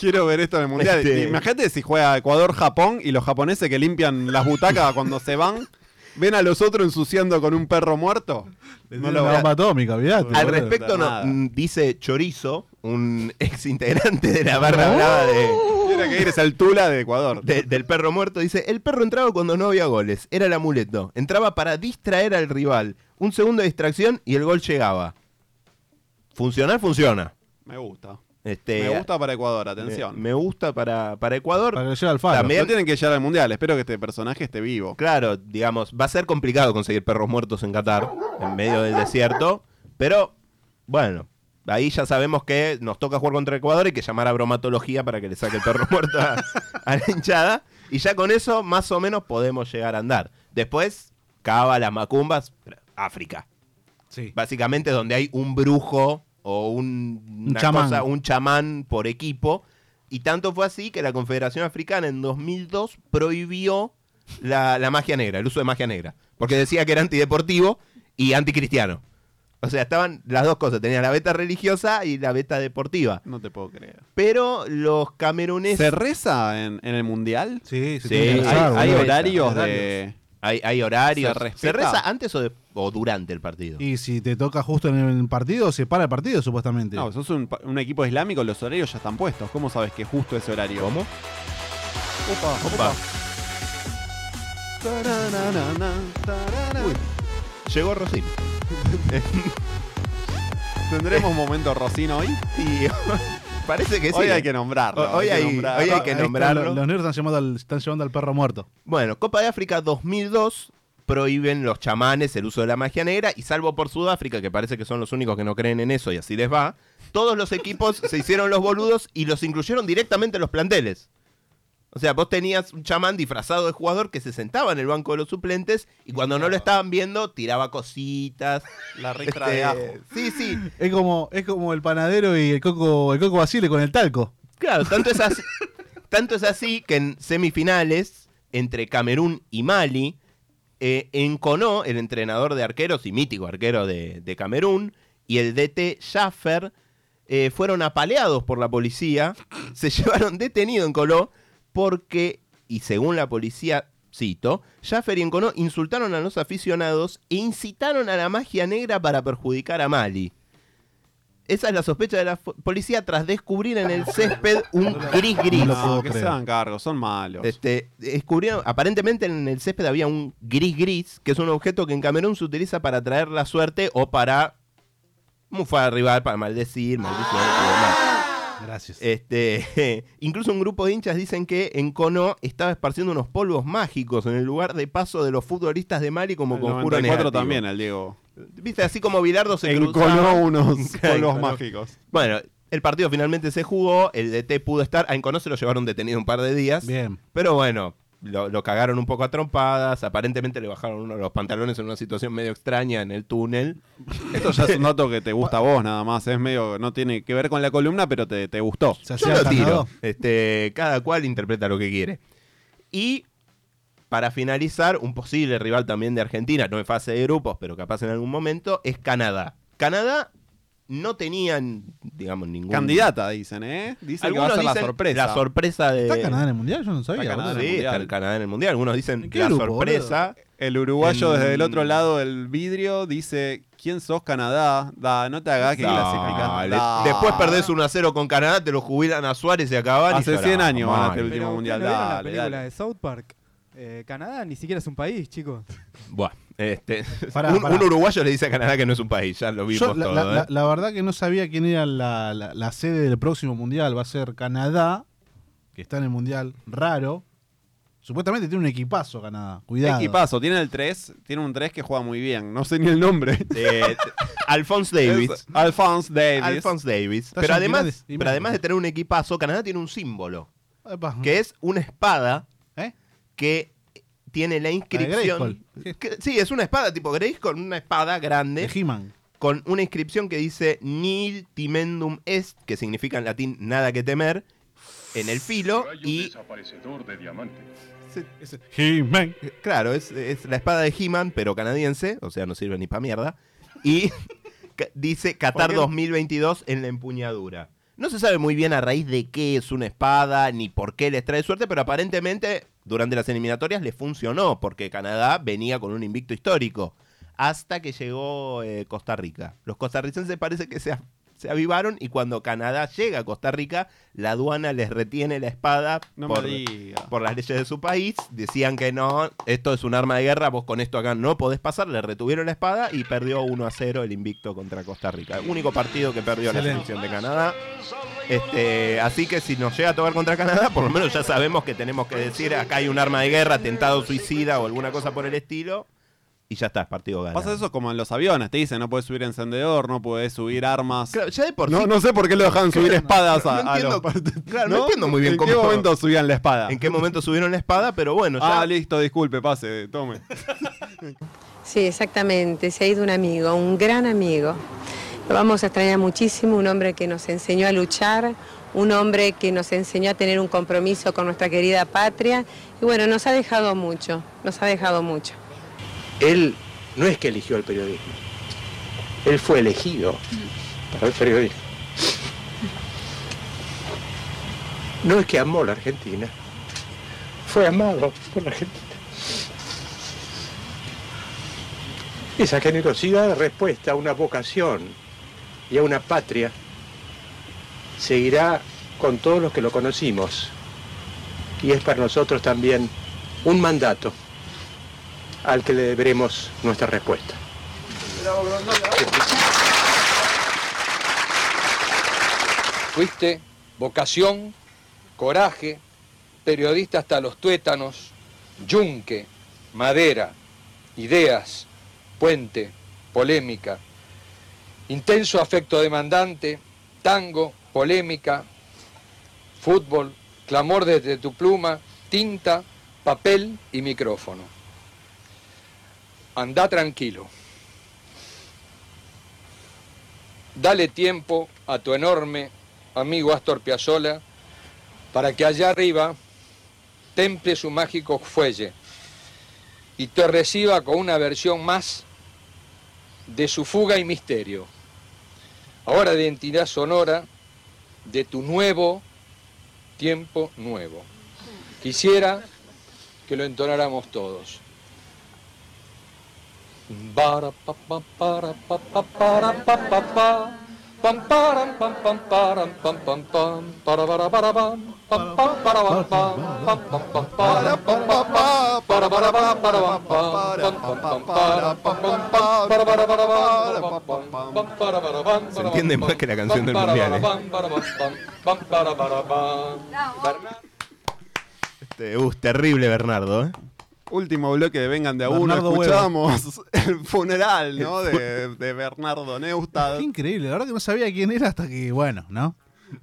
Speaker 10: Quiero ver esto en el mundial.
Speaker 11: Este-
Speaker 10: Imagínate si juega Ecuador-Japón y los japoneses que limpian las butacas cuando se van, ven a los otros ensuciando con un perro muerto.
Speaker 9: No la bomba atómica, olvidate.
Speaker 11: Al
Speaker 9: boludo.
Speaker 11: respecto, no-
Speaker 10: nada.
Speaker 11: mm, dice Chorizo, un ex integrante de la barra brava de.
Speaker 10: Tiene que ir, es el Tula de Ecuador.
Speaker 11: de- del perro muerto, dice: El perro entraba cuando no había goles, era el amuleto. Entraba para distraer al rival. Un segundo de distracción y el gol llegaba. Funcionar, funciona.
Speaker 10: Me gusta.
Speaker 11: Este,
Speaker 10: me gusta para Ecuador,
Speaker 11: me-
Speaker 10: atención.
Speaker 11: Me, gusta para, para Ecuador.
Speaker 9: Para que lo lleve al faro.
Speaker 10: También tienen que llegar al mundial. Espero que este personaje esté vivo.
Speaker 11: Claro, digamos, va a ser complicado conseguir perros muertos en Qatar, en medio del desierto, pero bueno, ahí ya sabemos que nos toca jugar contra Ecuador y que llamar a bromatología para que le saque el perro muerto a, a la hinchada, y ya con eso más o menos podemos llegar a andar. Después, Cava, las macumbas, África.
Speaker 9: Sí.
Speaker 11: Básicamente donde hay un brujo o un, una
Speaker 9: chamán.
Speaker 11: cosa, un chamán por equipo. Y tanto fue así que la Confederación Africana en 2002 prohibió la, la magia negra, el uso de magia negra. Porque decía que era antideportivo y anticristiano. O sea, estaban las dos cosas. Tenía la beta religiosa y la beta deportiva.
Speaker 10: No te puedo creer.
Speaker 11: Pero los cameruneses...
Speaker 10: ¿Se reza en, en el mundial? Eh,
Speaker 9: Sí, se
Speaker 11: Sí,
Speaker 10: hay,
Speaker 11: tiene que rezar,
Speaker 10: hay
Speaker 11: boludo.
Speaker 10: horarios
Speaker 11: Horarios.
Speaker 10: de.
Speaker 11: Hay, hay horarios.
Speaker 10: ¿Se
Speaker 11: ¿Se,
Speaker 10: respeta?
Speaker 11: reza antes o, de- o durante el partido?
Speaker 9: Y si te toca justo en el partido, se para el partido, supuestamente.
Speaker 10: No, sos un, pa- un equipo islámico, los horarios ya están puestos. ¿Cómo sabes que justo ese horario?
Speaker 11: ¿Cómo? Opa. Llegó Rosín.
Speaker 10: ¿Tendremos momento Rocino hoy?
Speaker 11: Y parece que Eh, sí.
Speaker 10: Hoy
Speaker 11: eh.
Speaker 10: hay que nombrarlo.
Speaker 11: Hoy hay, hoy hay que
Speaker 9: Ahí están,
Speaker 11: nombrarlo.
Speaker 9: los, los negros están llevando, al, están llevando al perro muerto.
Speaker 11: Bueno, Copa de África 2002 prohíben los chamanes el uso de la magia negra y salvo por Sudáfrica, que parece que son los únicos que no creen en eso y así les va, todos los equipos se hicieron los boludos y los incluyeron directamente en los planteles. O sea, vos tenías un chamán disfrazado de jugador que se sentaba en el banco de los suplentes y cuando no lo estaban viendo tiraba cositas. La
Speaker 10: ristra de ajo.
Speaker 11: Sí, sí.
Speaker 9: Es como, es como el panadero y el coco, el coco Basile con el talco.
Speaker 11: Claro, tanto es así, tanto es así que en semifinales entre Camerún y Mali, eh, Enconó, el entrenador de arqueros y mítico arquero de, de Camerún, y el DT Schaffer eh, fueron apaleados por la policía, se llevaron detenido Enconó porque, y según la policía, cito, Schaffer y Enconó insultaron a los aficionados e incitaron a la magia negra para perjudicar a Mali. Esa es la sospecha de la fo- policía tras descubrir en el césped un gris gris.
Speaker 10: No, que se hagan cargo, son malos.
Speaker 11: Este, descubrieron, aparentemente en el césped había un gris gris, que es un objeto que en Camerún se utiliza para traer la suerte o para mufar al rival, para maldecir, maldición y demás.
Speaker 9: Gracias.
Speaker 11: Este, incluso un grupo de hinchas dicen que en Cono estaba esparciendo unos polvos mágicos en el lugar de paso de los futbolistas de Mali como
Speaker 10: El
Speaker 11: conjuro
Speaker 10: 94
Speaker 11: negativo.
Speaker 10: también, el Diego.
Speaker 11: Viste, así como Bilardo se
Speaker 10: En
Speaker 11: cruzaba.
Speaker 10: Cono unos
Speaker 11: Claro,
Speaker 10: polvos
Speaker 11: Cono.
Speaker 10: mágicos.
Speaker 11: Bueno, el partido finalmente se jugó, el DT pudo estar, a Encono se lo llevaron detenido un par de días.
Speaker 9: Bien.
Speaker 11: Pero bueno, lo, lo cagaron un poco a trompadas, aparentemente le bajaron uno de los pantalones en una situación medio extraña en el túnel.
Speaker 10: Esto ya es un dato que te gusta a vos nada más, es medio, no tiene que ver con la columna, pero te, te gustó.
Speaker 11: Yo lo tiro. Este, cada cual interpreta lo que quiere. Y para finalizar, un posible rival también de Argentina, no en fase de grupos, pero capaz en algún momento, es Canadá. Canadá no tenían, digamos, ningún...
Speaker 10: Candidata, dicen, ¿eh? Dicen que va a
Speaker 11: Algunos
Speaker 10: ser la
Speaker 11: dicen
Speaker 10: sorpresa.
Speaker 11: La sorpresa de...
Speaker 9: ¿Está Canadá en el mundial? Yo no sabía.
Speaker 11: Eh, Está Canadá,
Speaker 9: boludo.
Speaker 11: sí, está el Canadá en el mundial. Algunos dicen
Speaker 10: qué
Speaker 11: la
Speaker 10: grupo,
Speaker 11: sorpresa.
Speaker 10: El uruguayo
Speaker 11: En-
Speaker 10: desde el otro lado del vidrio dice, ¿quién sos Canadá? Da, no te hagas que clasificás.
Speaker 11: ah, Dale.
Speaker 10: Da.
Speaker 11: Después perdés 1 a 0 con Canadá, te lo jubilan a Suárez y acaban.
Speaker 10: Hace 100 años ganaste el último
Speaker 4: Pero
Speaker 10: mundial.
Speaker 4: ¿ustedes no vieron la
Speaker 10: Dale,
Speaker 4: película
Speaker 10: dale.
Speaker 4: de South Park. Eh, Canadá ni siquiera es un país, chicos.
Speaker 11: Buah, este,
Speaker 9: Pará,
Speaker 11: un,
Speaker 9: pará.
Speaker 11: un uruguayo le dice a Canadá que no es un país, ya lo vimos
Speaker 9: Yo, la,
Speaker 11: todo.
Speaker 9: la-
Speaker 11: ¿eh?
Speaker 9: la- la verdad que no sabía quién era la, la- la sede del próximo mundial. Va a ser Canadá, que está en el mundial raro. Supuestamente tiene un equipazo Canadá. Cuidado.
Speaker 10: Equipazo, tiene el 3, tiene un 3 que juega muy bien, no sé ni el nombre.
Speaker 11: Eh, Alphonse Davis.
Speaker 10: Es Alphonse Davis.
Speaker 11: Alphonse Davis.
Speaker 10: Está
Speaker 11: Pero
Speaker 10: sin
Speaker 11: además,
Speaker 10: finales.
Speaker 11: pero además de tener un equipazo, Canadá tiene un símbolo,
Speaker 9: Epa.
Speaker 11: que es una espada
Speaker 9: ¿Eh?
Speaker 11: que tiene la inscripción. que- sí, es una espada tipo Grace con una espada grande.
Speaker 9: De He-Man.
Speaker 11: con una inscripción que dice Nil Timendum Est, que significa en latín nada que temer, en el filo y...
Speaker 19: Desaparecedor de diamante.
Speaker 9: He-Man.
Speaker 11: Claro, es, es la espada de He-Man, pero canadiense, o sea, no sirve ni pa' mierda. Y ca- dice Qatar
Speaker 10: qué?
Speaker 11: 2022 en la empuñadura. No se sabe muy bien a raíz de qué es una espada, ni por qué les trae suerte, pero aparentemente durante las eliminatorias les funcionó, porque Canadá venía con un invicto histórico, hasta que llegó eh, Costa Rica. Los costarricenses parece que se, a- se avivaron y cuando Canadá llega a Costa Rica, la aduana les retiene la espada
Speaker 10: No me
Speaker 11: por,
Speaker 10: digas.
Speaker 11: por las leyes de su país. Decían que no, esto es un arma de guerra, vos con esto acá no podés pasar, le retuvieron la espada y perdió 1 a 0 el invicto contra Costa Rica. El único partido que perdió la
Speaker 10: Excelente.
Speaker 11: selección de Canadá. Este, así que si nos llega a tocar contra Canadá, por lo menos ya sabemos que tenemos que decir acá hay un arma de guerra, atentado suicida o alguna cosa por el estilo. Y ya está, es partido ganado.
Speaker 10: Pasa eso como en los aviones, te dicen, no puedes subir encendedor, no puedes subir armas.
Speaker 11: ya de por
Speaker 10: no,
Speaker 11: sí-
Speaker 10: no sé por qué lo dejaban subir espadas a,
Speaker 11: No
Speaker 10: a
Speaker 11: entiendo-
Speaker 10: los
Speaker 11: claro, no entiendo muy bien
Speaker 10: ¿En
Speaker 11: cómo-
Speaker 10: qué momento subían la espada?
Speaker 11: ¿En qué momento subieron la espada? Pero bueno, ya.
Speaker 10: Ah, listo, disculpe, pase, tome.
Speaker 20: Sí, exactamente. Se ha ido un amigo, un gran amigo. Lo vamos a extrañar muchísimo, un hombre que nos enseñó a luchar, un hombre que nos enseñó a tener un compromiso con nuestra querida patria. Y bueno, nos ha dejado mucho, nos ha dejado mucho.
Speaker 21: Él no es que eligió el periodismo. Él fue elegido para el periodismo. No es que amó la Argentina. Fue amado por la Argentina. Esa generosidad de respuesta a una vocación y a una patria seguirá con todos los que lo conocimos. Y es para nosotros también un mandato al que le deberemos nuestra respuesta.
Speaker 22: Fuiste vocación, coraje, periodista hasta los tuétanos, yunque, madera, ideas, puente, polémica, intenso afecto demandante, tango, polémica, fútbol, clamor desde tu pluma, tinta, papel y micrófono. Anda tranquilo. Dale tiempo a tu enorme amigo Astor Piazzolla para que allá arriba temple su mágico fuelle y te reciba con una versión más de su fuga y misterio. Ahora de entidad sonora de tu nuevo tiempo nuevo. Quisiera que lo entonáramos todos. Para pa pa para pa pa para pa pa pa pam param pam pam param pam pam pam para para para pam pam pam para para pam pam pam pam para pam pam pam para para pam para pam pam pam pam para pam pam pam para para para pam pam pam para para pam
Speaker 11: Se entiende más que la canción del mundial. eh.
Speaker 22: pam para pam pam para para pam
Speaker 11: Este, uh, terrible Bernardo, ¿eh?
Speaker 10: Último bloque de Vengan de a uno.
Speaker 11: Bernardo Huevo.
Speaker 10: Escuchábamos el funeral, ¿no? De, de Bernardo Neustad.
Speaker 9: Qué increíble, la verdad que no sabía quién era hasta que, bueno, ¿no?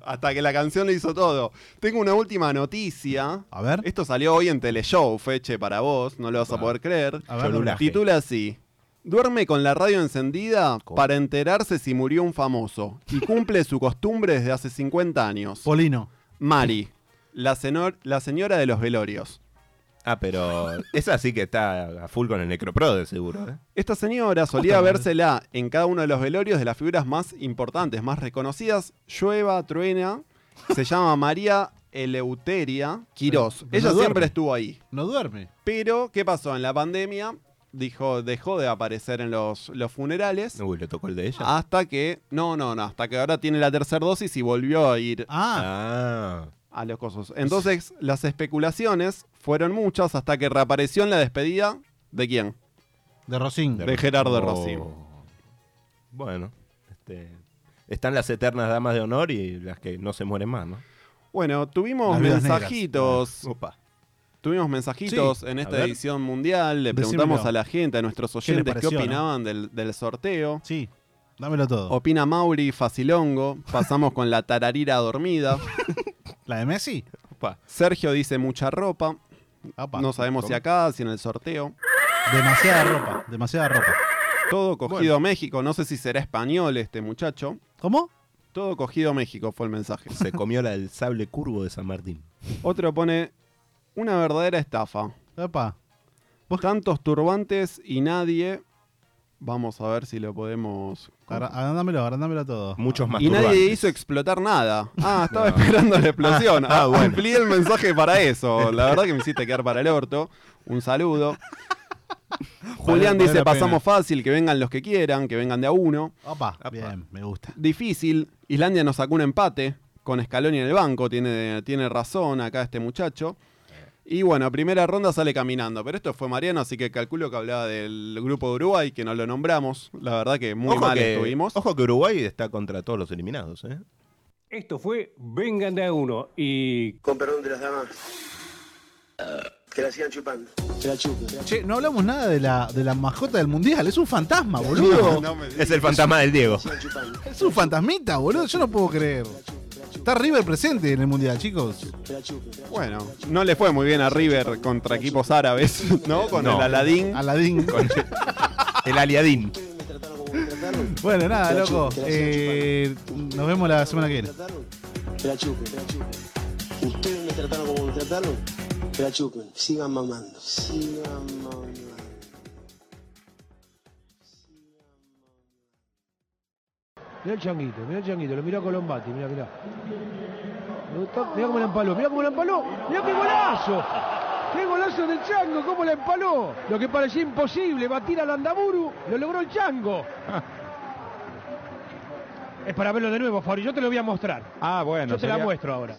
Speaker 10: Hasta que la canción le hizo todo. Tengo una última noticia. A ver. Esto salió hoy en Teleshow, feche para vos, no lo vas a poder creer.
Speaker 11: A ver. Cholulaje.
Speaker 10: Titula así. Duerme con la radio encendida para enterarse si murió un famoso y cumple su costumbre desde hace 50 años.
Speaker 9: Polino.
Speaker 10: Mari, la, senor- la señora de los velorios.
Speaker 11: Ah, pero esa sí que está a full con el Necropro, de seguro. ¿eh?
Speaker 10: Esta señora solía
Speaker 11: Puta madre.
Speaker 10: vérsela en cada uno de los velorios de las figuras más importantes, más reconocidas. Llueva, truena. Se llama María Eleuteria Quirós.
Speaker 9: Pero no
Speaker 10: Ella
Speaker 9: duerme.
Speaker 10: siempre estuvo ahí.
Speaker 9: No duerme.
Speaker 10: Pero, ¿qué pasó? En la pandemia dijo, dejó de aparecer en los, los funerales.
Speaker 11: Uy, le tocó el de ella.
Speaker 10: Hasta que. No, no, no. Hasta que ahora tiene la tercera dosis y volvió a
Speaker 9: Ah.
Speaker 10: ir
Speaker 11: Ah,
Speaker 10: a los cosos. Entonces, las especulaciones fueron muchas hasta que reapareció en la despedida. ¿De quién?
Speaker 9: De Rosín.
Speaker 10: De Gerardo Rosín.
Speaker 11: Bueno, este, están las eternas damas de honor y las que no se mueren más, ¿no?
Speaker 10: Bueno, tuvimos
Speaker 11: Las viudas
Speaker 10: mensajitos. Tuvimos mensajitos
Speaker 11: Sí,
Speaker 10: en
Speaker 11: a
Speaker 10: esta
Speaker 11: ver.
Speaker 10: edición mundial. Le
Speaker 9: Decímelo.
Speaker 10: preguntamos a la gente, a nuestros
Speaker 9: ¿Qué les
Speaker 10: oyentes, qué,
Speaker 9: pareció, no?
Speaker 10: opinaban del, del sorteo.
Speaker 9: Sí, dámelo todo.
Speaker 10: Opina Mauri, Facilongo. Pasamos con la tararira dormida.
Speaker 9: ¿La de Messi?
Speaker 10: Sergio dice mucha ropa. No sabemos si acá, si en el sorteo.
Speaker 9: Demasiada ropa, demasiada ropa.
Speaker 10: Todo cogido a México. No sé si será español este muchacho.
Speaker 9: ¿Cómo?
Speaker 10: Todo cogido a México fue el mensaje.
Speaker 11: Se comió la del sable curvo de San Martín.
Speaker 10: Otro pone una verdadera estafa.
Speaker 9: Epa.
Speaker 10: Tantos turbantes y nadie. Vamos a ver si lo podemos.
Speaker 9: Agra- Agrandámelo, agrandámelo todo.
Speaker 11: Muchos más
Speaker 10: Y nadie hizo explotar nada. Ah, estaba esperando la explosión.
Speaker 11: Ah, bueno.
Speaker 10: Amplié el mensaje para eso. La verdad que me hiciste quedar para el orto. Un saludo. Julián
Speaker 9: Vale, vale
Speaker 10: dice,
Speaker 9: la pena.
Speaker 10: pasamos fácil, que vengan los que quieran, que vengan de a uno.
Speaker 9: Opa, bien, me gusta.
Speaker 10: Difícil. Islandia nos sacó un empate con Scaloni en el banco. Tiene, tiene razón acá este muchacho. Y bueno, primera ronda sale caminando. Pero esto fue Mariano, así que calculo que hablaba del grupo de Uruguay, que no lo nombramos. La verdad que muy
Speaker 11: Ojo
Speaker 10: mal
Speaker 11: que-
Speaker 10: estuvimos.
Speaker 11: Ojo que Uruguay está contra todos los eliminados, ¿eh?
Speaker 1: Esto fue Vengan de a uno y.
Speaker 18: Con perdón de las damas. Que la sigan chupando. Que la chupen.
Speaker 9: Che, no hablamos nada de la, de la mascota del mundial. Es un fantasma, boludo.
Speaker 11: es el fantasma del Diego.
Speaker 9: Es un fantasmita, boludo. Yo no puedo creer. Está River presente en el mundial, chicos.
Speaker 10: Bueno, no le fue muy bien a River contra equipos árabes, ¿no? Con
Speaker 11: No.
Speaker 10: el Aladín.
Speaker 9: Aladín.
Speaker 11: El aliadín.
Speaker 9: Bueno, nada, loco. Eh, nos vemos la semana que viene.
Speaker 18: Que la chupen, que la chupen. Ustedes me trataron como me trataron, que la chupen. Sigan mamando, sigan mamando.
Speaker 1: Mirá el changuito, mirá el changuito, lo miró Colombati, mirá, mirá. Me gustó, mirá cómo la empaló, mirá cómo la empaló, mirá qué golazo. ¡Qué golazo del chango! ¿Cómo la empaló? Lo que parecía imposible, batir al Andaburu, lo logró el chango. Es para verlo de nuevo, Fabri, yo te lo voy a mostrar.
Speaker 19: Ah, bueno.
Speaker 1: Yo te la
Speaker 19: sería-
Speaker 1: muestro ahora.